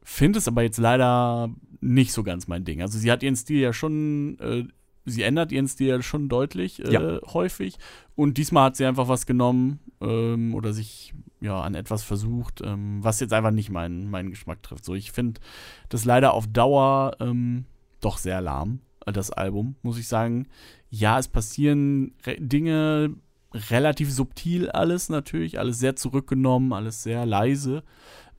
Speaker 3: Finde es aber jetzt leider nicht so ganz mein Ding. Also sie hat ihren Stil ja schon, äh, sie ändert ihren Stil ja schon deutlich äh,
Speaker 2: Ja.
Speaker 3: häufig. Und diesmal hat sie einfach was genommen ähm, oder sich ja an etwas versucht, ähm, was jetzt einfach nicht meinen, meinen Geschmack trifft. So, ich finde das leider auf Dauer ähm, doch sehr lahm, äh, das Album, muss ich sagen. Ja, es passieren re Dinge relativ subtil alles natürlich, alles sehr zurückgenommen, alles sehr leise.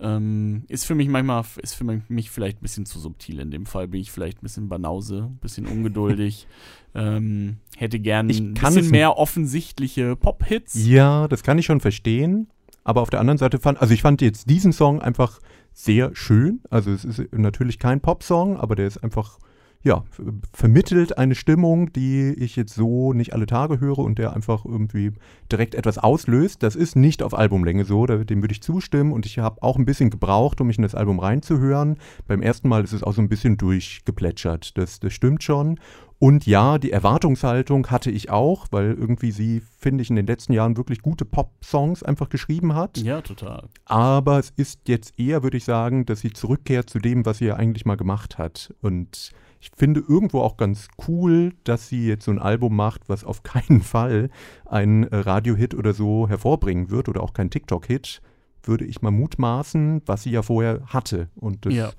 Speaker 3: Ähm, ist für mich manchmal, ist für mich vielleicht ein bisschen zu subtil in dem Fall, bin ich vielleicht ein bisschen banause, ein bisschen ungeduldig. ähm, hätte gern
Speaker 2: Ich
Speaker 3: ein
Speaker 2: kann es
Speaker 3: bisschen
Speaker 2: nicht.
Speaker 3: mehr offensichtliche Pop-Hits.
Speaker 2: Ja, das kann ich schon verstehen. Aber auf der anderen Seite fand, also ich fand jetzt diesen Song einfach sehr schön. Also es ist natürlich kein Popsong, aber der ist einfach, ja, ver- vermittelt eine Stimmung, die ich jetzt so nicht alle Tage höre und der einfach irgendwie direkt etwas auslöst. Das ist nicht auf Albumlänge so, da- dem würde ich zustimmen und ich habe auch ein bisschen gebraucht, um mich in das Album reinzuhören. Beim ersten Mal ist es auch so ein bisschen durchgeplätschert, das, das stimmt schon. Und ja, die Erwartungshaltung hatte ich auch, weil irgendwie sie, finde ich, in den letzten Jahren wirklich gute Pop-Songs einfach geschrieben hat.
Speaker 3: Ja, total.
Speaker 2: Aber es ist jetzt eher, würde ich sagen, dass sie zurückkehrt zu dem, was sie ja eigentlich mal gemacht hat. Und ich finde irgendwo auch ganz cool, dass sie jetzt so ein Album macht, was auf keinen Fall einen äh, Radio-Hit oder so hervorbringen wird oder auch keinen TikTok-Hit, würde ich mal mutmaßen, was sie ja vorher hatte. Und das
Speaker 3: ja.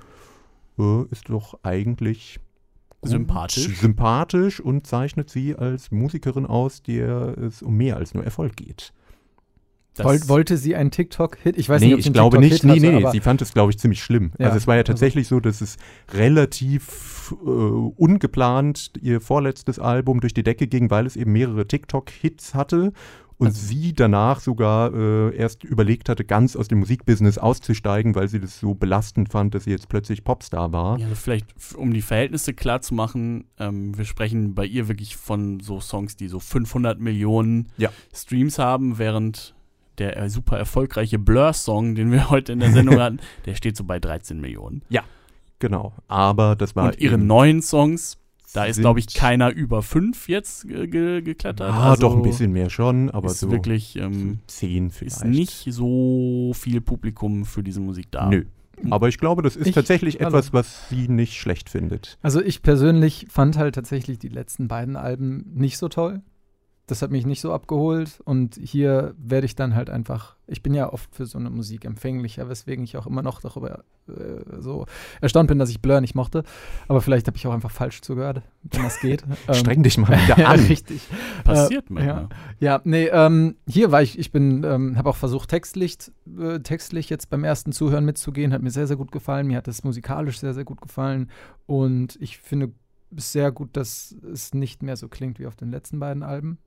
Speaker 2: äh, ist doch eigentlich gut,
Speaker 3: Sympathisch.
Speaker 2: sympathisch und zeichnet sie als Musikerin aus, der es um mehr als nur Erfolg geht.
Speaker 3: Das-
Speaker 4: Woll, wollte sie einen TikTok-Hit? Ich weiß
Speaker 2: nee,
Speaker 4: nicht, ob
Speaker 2: ich
Speaker 4: sie einen
Speaker 2: glaube nicht.
Speaker 4: TikTok-Hit
Speaker 2: Nee,
Speaker 4: hatte,
Speaker 2: nee,
Speaker 4: aber
Speaker 2: sie fand es, glaube ich, ziemlich schlimm.
Speaker 4: Ja,
Speaker 2: also es war ja
Speaker 4: also-
Speaker 2: tatsächlich so, dass es relativ äh, ungeplant ihr vorletztes Album durch die Decke ging, weil es eben mehrere TikTok-Hits hatte. Und
Speaker 4: Also
Speaker 2: sie danach sogar äh, erst überlegt hatte, ganz aus dem Musikbusiness auszusteigen, weil sie das so belastend fand, dass sie jetzt plötzlich Popstar war.
Speaker 3: Ja, also vielleicht, f- um die Verhältnisse klar zu machen, ähm, wir sprechen bei ihr wirklich von so Songs, die so 500 Millionen
Speaker 2: Ja.
Speaker 3: Streams haben, während der äh, super erfolgreiche Blur-Song, den wir heute in der Sendung hatten, der steht so bei 13 Millionen.
Speaker 2: Genau. Aber das war.
Speaker 3: Und ihre
Speaker 2: eben-
Speaker 3: neuen Songs, da ist,
Speaker 2: sind-
Speaker 3: glaube ich, keiner über 5 jetzt ge ge geklettert.
Speaker 2: Ah,
Speaker 3: Also
Speaker 2: doch ein bisschen mehr schon, aber
Speaker 3: ist
Speaker 2: so
Speaker 3: wirklich, ähm,
Speaker 2: zehn vielleicht.
Speaker 3: ist nicht so viel Publikum für diese Musik da.
Speaker 2: Nö. Aber ich glaube, das ist
Speaker 4: Ich-
Speaker 2: tatsächlich
Speaker 4: hallo.
Speaker 2: etwas, was sie nicht schlecht findet.
Speaker 4: also ich persönlich fand halt tatsächlich die letzten beiden Alben nicht so toll. Das hat mich nicht so abgeholt und hier werde ich dann halt einfach, ich bin ja oft für so eine Musik empfänglicher, weswegen ich auch immer noch darüber äh, so erstaunt bin, dass ich Blur nicht mochte. Aber vielleicht habe ich auch einfach falsch zugehört, wenn das geht. Ähm,
Speaker 2: Streng dich mal wieder
Speaker 4: ja,
Speaker 2: an.
Speaker 4: richtig.
Speaker 3: Passiert mit,
Speaker 4: ja.
Speaker 3: ne?
Speaker 4: Ja, nee, ähm, hier war ich, ich bin, ähm, habe auch versucht, textlich, äh, textlich jetzt beim ersten Zuhören mitzugehen, hat mir sehr, sehr gut gefallen, mir hat das musikalisch sehr, sehr gut gefallen und ich finde es sehr gut, dass es nicht mehr so klingt wie auf den letzten beiden Alben.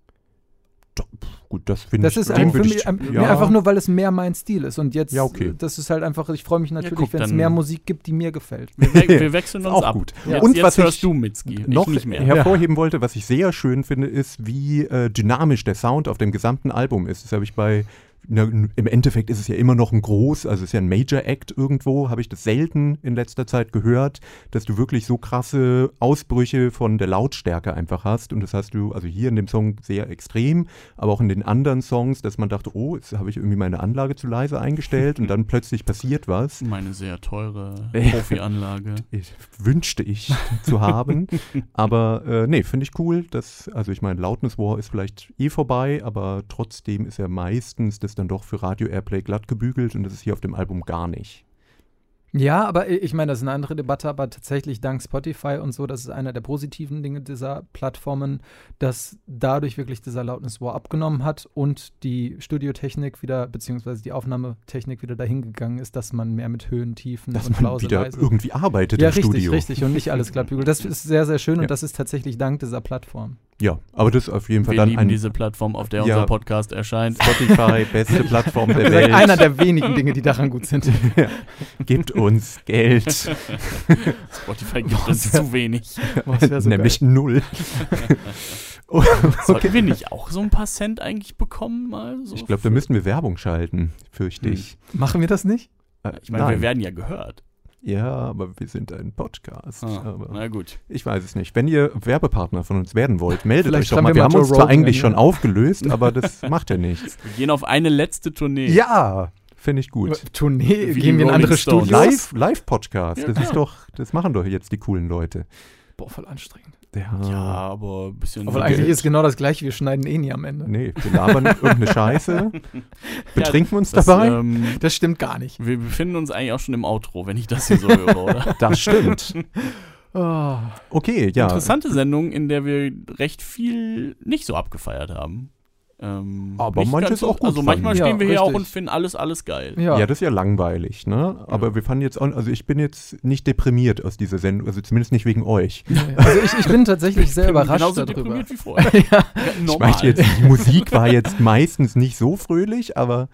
Speaker 2: Gut, das finde ich.
Speaker 4: Das ist
Speaker 2: dem
Speaker 4: ein, für
Speaker 2: würde
Speaker 4: mich,
Speaker 2: ich-
Speaker 4: ein, nee, einfach nur, weil es mehr mein Stil ist und jetzt,
Speaker 2: Ja, okay.
Speaker 4: äh, das ist halt einfach, ich freue mich natürlich,
Speaker 3: guck,
Speaker 4: wenn es
Speaker 3: dann-
Speaker 4: mehr Musik gibt, die mir gefällt.
Speaker 3: Wir, we wir wechseln
Speaker 2: Ist
Speaker 3: uns
Speaker 2: auch
Speaker 3: ab.
Speaker 2: gut.
Speaker 3: Jetzt,
Speaker 2: Und
Speaker 3: jetzt
Speaker 2: was
Speaker 3: hörst
Speaker 2: ich
Speaker 3: du, Mitski.
Speaker 2: noch
Speaker 3: ich nicht mehr.
Speaker 2: hervorheben wollte, was ich sehr schön finde, ist, wie äh, dynamisch der Sound auf dem gesamten Album ist. Das habe ich bei na, im Endeffekt ist es ja immer noch ein Groß, also es ist ja ein Major Act irgendwo, habe ich das selten in letzter Zeit gehört, dass du wirklich so krasse Ausbrüche von der Lautstärke einfach hast. Und das hast du also hier in dem Song sehr extrem, aber auch in den anderen Songs, dass man dachte, oh, jetzt habe ich irgendwie meine Anlage zu leise eingestellt und dann plötzlich passiert was.
Speaker 3: Meine sehr teure
Speaker 2: Ja.
Speaker 3: Profi-Anlage.
Speaker 2: Ich, wünschte ich zu haben. Aber äh, nee, finde ich cool. Dass, also ich meine, Loudness War ist vielleicht eh vorbei, aber trotzdem ist ja meistens das dann doch für Radio Airplay glatt gebügelt und das ist hier auf dem Album gar nicht.
Speaker 4: Ja, aber i- ich meine, das ist eine andere Debatte, aber tatsächlich dank Spotify und so, das ist einer der positiven Dinge dieser Plattformen, dass dadurch wirklich dieser Loudness War abgenommen hat und die Studiotechnik wieder, beziehungsweise die Aufnahmetechnik wieder dahin gegangen ist, dass man mehr mit Höhen, Tiefen
Speaker 2: Dass
Speaker 4: und
Speaker 2: man
Speaker 4: Pause
Speaker 2: wieder irgendwie arbeitet
Speaker 4: Ja,
Speaker 2: im
Speaker 4: richtig,
Speaker 2: Studio.
Speaker 4: richtig. Und nicht alles glatt bügelt. Das ist sehr, sehr schön
Speaker 2: Ja.
Speaker 4: und das ist tatsächlich dank dieser Plattform.
Speaker 2: Ja, aber das ist auf jeden Fall
Speaker 3: Wir
Speaker 2: dann
Speaker 3: lieben
Speaker 2: ein
Speaker 3: diese Plattform, auf der
Speaker 2: Ja.
Speaker 3: unser Podcast erscheint.
Speaker 2: Spotify, beste Plattform
Speaker 3: Also
Speaker 2: der
Speaker 4: Vielleicht
Speaker 2: Welt.
Speaker 4: einer der wenigen Dinge, die daran gut sind.
Speaker 2: Gibt uns Geld.
Speaker 3: Spotify gibt es zu wenig.
Speaker 4: Boah, das wär so
Speaker 2: Nämlich null.
Speaker 3: Sollten wir nicht auch so ein paar Cent eigentlich bekommen? Mal so?
Speaker 2: Ich glaube, da müssten wir Werbung schalten, fürchte ich.
Speaker 4: geil. Machen wir das nicht?
Speaker 2: Äh,
Speaker 3: Hm. Ich meine, wir
Speaker 2: nein.
Speaker 3: werden ja gehört.
Speaker 2: Ja, aber wir sind ein Podcast.
Speaker 3: Ah,
Speaker 2: aber
Speaker 3: na gut.
Speaker 2: ich weiß es nicht. Wenn ihr Werbepartner von uns werden wollt, meldet
Speaker 4: Vielleicht
Speaker 2: euch doch
Speaker 4: schreiben
Speaker 2: mal.
Speaker 4: wir
Speaker 2: Wir,
Speaker 4: mal
Speaker 2: haben
Speaker 4: Joe
Speaker 2: uns zwar
Speaker 4: Rogan
Speaker 2: eigentlich
Speaker 4: an,
Speaker 2: schon
Speaker 4: ja.
Speaker 2: aufgelöst, aber das macht ja nichts.
Speaker 3: Wir gehen auf eine letzte Tournee.
Speaker 2: Ja, finde ich gut.
Speaker 4: Tournee,
Speaker 3: Wie die
Speaker 4: gehen wir in
Speaker 3: Rolling
Speaker 4: andere
Speaker 3: Stones.
Speaker 2: Live-
Speaker 4: Studios.
Speaker 2: Live-Podcast,
Speaker 3: Ja,
Speaker 2: das ist
Speaker 3: klar.
Speaker 2: doch, das machen doch jetzt die coolen Leute.
Speaker 4: Boah, voll anstrengend.
Speaker 3: Ja, aber ein bisschen.
Speaker 4: Obwohl
Speaker 2: Ja,
Speaker 4: eigentlich
Speaker 2: Geld.
Speaker 4: ist genau das gleiche, wir schneiden eh nie am Ende.
Speaker 2: Nee, wir labern irgendeine Scheiße, betrinken uns
Speaker 3: das,
Speaker 2: dabei.
Speaker 3: Ähm,
Speaker 4: Das stimmt gar nicht.
Speaker 3: wir befinden uns eigentlich auch schon im Outro, wenn ich das hier so höre, oder?
Speaker 2: das stimmt.
Speaker 4: Oh.
Speaker 2: Okay, ja.
Speaker 3: Interessante Sendung, in der wir recht viel nicht so abgefeiert haben. Ähm,
Speaker 2: Aber
Speaker 3: nicht
Speaker 2: manches
Speaker 3: ganz so-
Speaker 2: auch gut
Speaker 3: Also manchmal
Speaker 4: fanden.
Speaker 3: stehen
Speaker 4: Ja,
Speaker 3: wir hier auch
Speaker 4: richtig.
Speaker 3: und finden alles, alles geil.
Speaker 4: Ja.
Speaker 2: Ja. das ist ja langweilig, ne? Aber wir fanden jetzt auch, also ich bin jetzt nicht deprimiert aus dieser Sendung, also zumindest nicht wegen euch.
Speaker 4: Also ich, ich bin tatsächlich sehr
Speaker 3: bin
Speaker 4: überrascht
Speaker 3: genauso
Speaker 4: darüber.
Speaker 3: deprimiert wie vorher.
Speaker 4: Ja.
Speaker 2: Ich meine jetzt, die Musik war jetzt meistens nicht so fröhlich, aber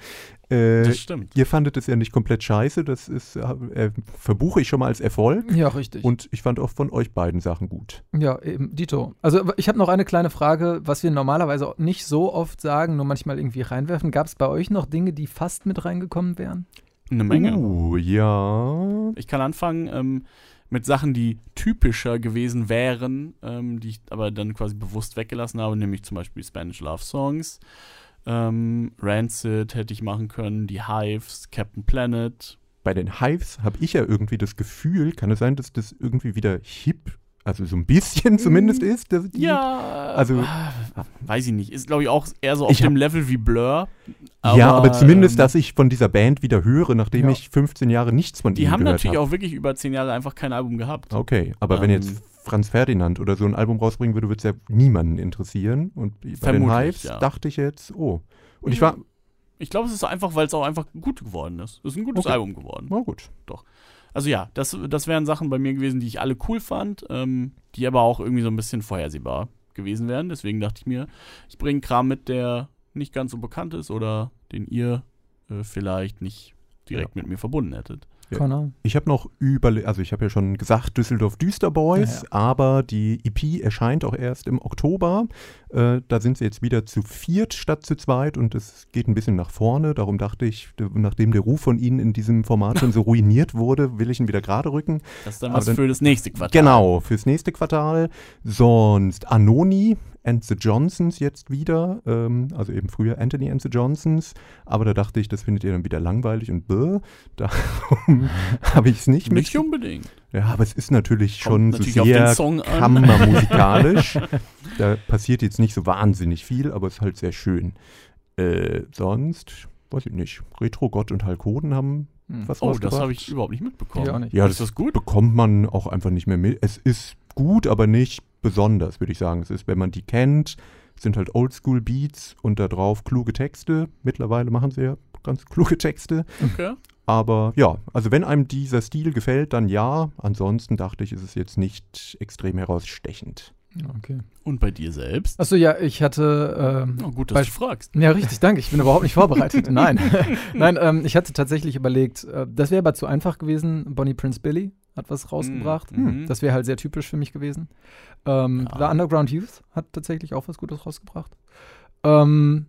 Speaker 2: äh,
Speaker 3: Das stimmt.
Speaker 2: ihr fandet es ja nicht komplett scheiße, das ist, äh, verbuche ich schon mal als Erfolg.
Speaker 4: ja, richtig.
Speaker 2: Und ich fand auch von euch beiden Sachen gut.
Speaker 4: ja, eben, Dito. Also ich habe noch eine kleine Frage, was wir normalerweise auch nicht so oft sagen, nur manchmal irgendwie reinwerfen. Gab es bei euch noch Dinge, die fast mit reingekommen wären?
Speaker 3: Eine Menge.
Speaker 2: Uh, ja.
Speaker 3: Ich kann anfangen ähm, mit Sachen, die typischer gewesen wären, ähm, die ich aber dann quasi bewusst weggelassen habe, nämlich zum Beispiel Spanish Love Songs. Ähm, Rancid hätte ich machen können, die Hives, Captain Planet.
Speaker 2: Bei den Hives habe ich ja irgendwie das Gefühl, kann es sein, dass das irgendwie wieder hip, also so ein bisschen zumindest ist? Dass die,
Speaker 3: Mm. Ja,
Speaker 2: also-
Speaker 3: ah, weiß ich nicht. Ist, glaube ich, auch eher so auf
Speaker 2: Ich hab-
Speaker 3: dem Level wie Blur.
Speaker 2: ja, aber zumindest,
Speaker 3: ähm,
Speaker 2: dass ich von dieser Band wieder höre, nachdem
Speaker 4: ja.
Speaker 2: ich 15 Jahre nichts von
Speaker 3: Die
Speaker 2: ihnen
Speaker 3: haben
Speaker 2: gehört
Speaker 3: natürlich auch wirklich über zehn Jahre einfach kein Album gehabt.
Speaker 2: Okay, aber wenn
Speaker 3: Ähm.
Speaker 2: jetzt Franz Ferdinand oder so ein Album rausbringen würde, würde es ja niemanden interessieren. Und bei den
Speaker 3: Vermutlich,
Speaker 2: Hives
Speaker 3: ja.
Speaker 2: dachte ich jetzt, oh. Und ich
Speaker 3: Ja.
Speaker 2: war,
Speaker 3: Ich glaube, es ist einfach, weil es auch einfach gut geworden ist. Es ist ein gutes
Speaker 2: Okay.
Speaker 3: Album geworden.
Speaker 2: na gut.
Speaker 3: Also ja, das, das wären Sachen bei mir gewesen, die ich alle cool fand, ähm, die aber auch irgendwie so ein bisschen vorhersehbar gewesen wären. Deswegen dachte ich mir, ich bringe Kram mit, der nicht ganz so bekannt ist oder den ihr äh, vielleicht nicht direkt mit mir verbunden hättet.
Speaker 2: Ja.
Speaker 4: Connor?
Speaker 2: Ich habe noch überlegt, also ich habe ja schon gesagt, Düsseldorf Düster Boys,
Speaker 4: Ja,
Speaker 2: aber die EP erscheint auch erst im Oktober. Äh, da sind sie jetzt wieder zu viert statt zu zweit und es geht ein bisschen nach vorne. Darum dachte ich, d- nachdem der Ruf von ihnen in diesem Format schon so ruiniert wurde, will ich ihn wieder gerade rücken.
Speaker 3: Das ist dann
Speaker 2: Aber
Speaker 3: was
Speaker 2: dann-
Speaker 3: für das nächste Quartal.
Speaker 2: Genau, fürs nächste Quartal. Sonst Anoni and the Johnsons jetzt wieder. Ähm, also eben früher Anthony and the Johnsons. Aber da dachte ich, das findet ihr dann wieder langweilig und bäh. Darum habe ich es nicht,
Speaker 3: Nicht
Speaker 2: mit.
Speaker 3: unbedingt.
Speaker 2: Ja, aber es ist natürlich schon
Speaker 3: Kommt natürlich
Speaker 2: so
Speaker 3: auf den
Speaker 2: sehr
Speaker 3: Song an.
Speaker 2: kammermusikalisch. da passiert jetzt nicht so wahnsinnig viel, aber es ist halt sehr schön. Äh, sonst, weiß ich nicht, Retro Gott und Halkoden haben
Speaker 4: Hm.
Speaker 2: was
Speaker 3: Oh, das
Speaker 2: rausgebracht.
Speaker 3: habe ich überhaupt nicht mitbekommen.
Speaker 4: Ja, auch nicht.
Speaker 2: Ja,
Speaker 3: ist das gut?
Speaker 2: bekommt man auch einfach nicht mehr mit. Es ist gut, aber nicht besonders, würde ich sagen. Es ist, wenn man die kennt, sind halt Oldschool-Beats und da drauf kluge Texte. Mittlerweile machen sie ja ganz kluge Texte.
Speaker 3: Okay.
Speaker 2: Aber ja, also wenn einem dieser Stil gefällt, dann ja. Ansonsten dachte ich, ist es jetzt nicht extrem herausstechend.
Speaker 4: Okay.
Speaker 3: Und bei dir selbst?
Speaker 4: Achso, ja, ich hatte. Ähm,
Speaker 3: Oh, gut, dass
Speaker 4: Also, Bei-
Speaker 3: du fragst.
Speaker 4: Ja, richtig, danke. Ich bin überhaupt nicht vorbereitet. Nein. Nein, ähm, ich hatte tatsächlich überlegt, äh, das wäre aber zu einfach gewesen. Bonnie Prince Billy hat was rausgebracht.
Speaker 3: Mm, Mhm.
Speaker 4: Das wäre halt sehr typisch für mich gewesen. Ähm,
Speaker 3: Ja.
Speaker 4: The Underground Youth hat tatsächlich auch was Gutes rausgebracht. Ähm,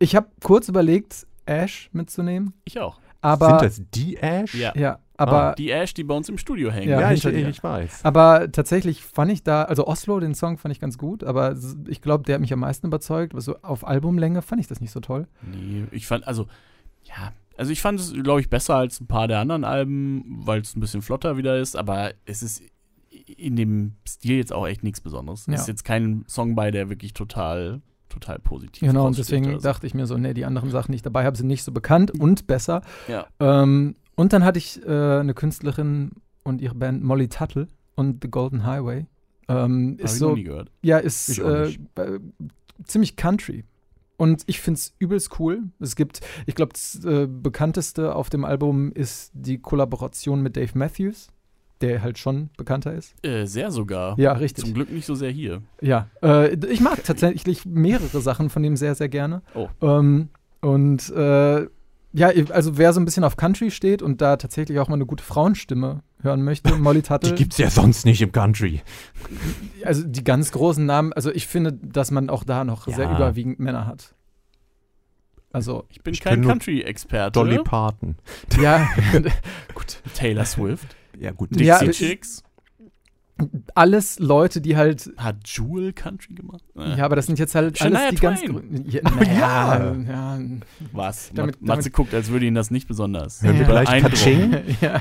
Speaker 4: ich habe kurz überlegt, Ash mitzunehmen.
Speaker 3: Ich auch.
Speaker 2: Sind
Speaker 4: Aber
Speaker 2: das die Ash?
Speaker 3: Ja.
Speaker 4: ja, aber
Speaker 3: Ah, die Ash, die bei uns im Studio hängt.
Speaker 4: Ah. Ja, Äh,
Speaker 2: Ja, ich,
Speaker 4: hinter dir.
Speaker 2: ich weiß.
Speaker 4: Aber tatsächlich fand ich da, also Oslo, den Song fand ich ganz gut, aber s- ich glaube, der hat mich am meisten überzeugt. Aber so auf Albumlänge fand ich das nicht so toll.
Speaker 3: Nee, ich fand, also, ja. Also ich fand es, glaube ich, besser als ein paar der anderen Alben, weil es ein bisschen flotter wieder ist, aber es ist in dem Stil jetzt auch echt nichts Besonderes.
Speaker 4: Ja.
Speaker 3: Es ist jetzt kein Song bei, der wirklich total, total positiv
Speaker 4: Genau, und
Speaker 3: raussticht
Speaker 4: deswegen
Speaker 3: oder so.
Speaker 4: dachte ich mir so, nee, die anderen Sachen, die ich dabei habe, sind nicht so bekannt und besser.
Speaker 3: Ja.
Speaker 4: Ähm, und dann hatte ich äh, eine Künstlerin und ihre Band Molly Tuttle und The Golden Highway. Ähm,
Speaker 3: Hab
Speaker 4: ist
Speaker 3: ich
Speaker 4: so
Speaker 3: noch nie gehört.
Speaker 4: Ja, ist
Speaker 2: Ich auch
Speaker 4: äh,
Speaker 2: nicht.
Speaker 4: äh, ziemlich Country. Und ich finde es übelst cool. Es gibt, ich glaube, das äh, bekannteste auf dem Album ist die Kollaboration mit Dave Matthews, der halt schon bekannter ist.
Speaker 3: Äh, sehr sogar.
Speaker 4: Ja, richtig.
Speaker 3: Zum Glück nicht so sehr hier.
Speaker 4: Ja, äh, d- ich mag tatsächlich mehrere Sachen von dem sehr, sehr gerne.
Speaker 3: Oh.
Speaker 4: Ähm, und äh, ja, i- also wer so ein bisschen auf Country steht und da tatsächlich auch mal eine gute Frauenstimme hören möchte, Molly Tuttle.
Speaker 2: Die gibt's ja sonst nicht im Country.
Speaker 4: also die ganz großen Namen, also ich finde, dass man auch da noch
Speaker 2: Ja.
Speaker 4: sehr überwiegend Männer hat. Also,
Speaker 3: Ich bin
Speaker 2: Ich kenn
Speaker 3: kein
Speaker 2: nur
Speaker 3: Country-Experte.
Speaker 2: Dolly Parton.
Speaker 4: ja,
Speaker 3: Taylor Swift.
Speaker 2: Ja, gut.
Speaker 3: Dixie
Speaker 4: Ja, ich-
Speaker 3: Chicks.
Speaker 4: alles Leute, die halt,
Speaker 3: Hat Jewel Country gemacht? Äh,
Speaker 4: ja, aber das sind jetzt halt
Speaker 3: Shania
Speaker 4: alles die ganz
Speaker 3: Twain.
Speaker 4: grünen. Ja, naja, ja,
Speaker 3: Was?
Speaker 4: Damit-
Speaker 3: Ma- Matze guckt, als würde ihn das nicht besonders.
Speaker 2: Hören wir
Speaker 4: Ja.
Speaker 2: gleich
Speaker 3: Eindruck.
Speaker 2: Katsching?
Speaker 4: ja.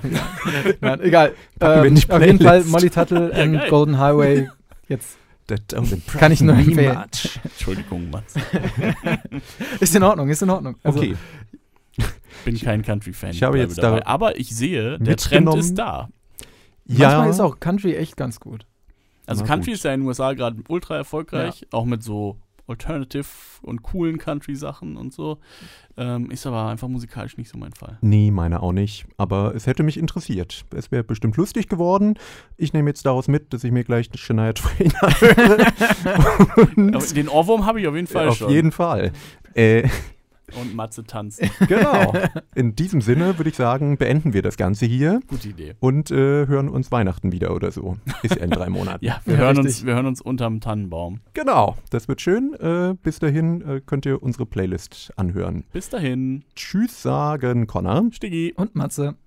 Speaker 4: Nein, egal.
Speaker 2: Packen wir in
Speaker 4: Ähm,
Speaker 2: die
Speaker 4: auf jeden Fall
Speaker 2: Playlist.
Speaker 4: Molly Tuttle
Speaker 3: Ja,
Speaker 4: and
Speaker 3: geil.
Speaker 4: Golden Highway. Jetzt
Speaker 2: That don't impress
Speaker 4: Kann ich nur
Speaker 2: me
Speaker 4: empfehlen.
Speaker 2: much.
Speaker 3: Entschuldigung, Matze.
Speaker 4: ist in Ordnung, ist in Ordnung. Also,
Speaker 2: Okay,
Speaker 3: Bin kein Country-Fan.
Speaker 2: Ich habe
Speaker 3: bleibe
Speaker 2: jetzt da
Speaker 3: Aber ich sehe, der Trend
Speaker 2: mitgenommen-
Speaker 3: ist da.
Speaker 2: ja.
Speaker 4: Manchmal ist auch Country echt ganz gut.
Speaker 3: Also
Speaker 2: Na
Speaker 3: Country
Speaker 2: gut.
Speaker 3: ist ja in den USA gerade ultra erfolgreich, auch mit so Alternative und coolen Country-Sachen und so. Ähm, ist aber einfach musikalisch nicht so mein Fall.
Speaker 2: Nee, meine auch nicht. Aber es hätte mich interessiert. Es wäre bestimmt lustig geworden. Ich nehme jetzt daraus mit, dass ich mir gleich Shania Twain
Speaker 3: Aber den Ohrwurm habe ich auf jeden Fall
Speaker 2: Hm. Auf
Speaker 3: schon.
Speaker 2: jeden Fall. Äh,
Speaker 3: Und Matze tanzt.
Speaker 2: genau. In diesem Sinne würde ich sagen, beenden wir das Ganze hier
Speaker 3: Gute Idee.
Speaker 2: und äh, hören uns Weihnachten wieder oder so. Ist ja in drei Monaten.
Speaker 3: Ja, wir,
Speaker 4: Ja,
Speaker 3: hören,
Speaker 4: richtig.
Speaker 3: uns, wir hören uns unterm Tannenbaum.
Speaker 2: Genau. Das wird schön. Äh, bis dahin äh, könnt ihr unsere Playlist anhören.
Speaker 3: Bis dahin,
Speaker 2: Tschüss sagen, Connor.
Speaker 3: Stiggi.
Speaker 4: Und Matze.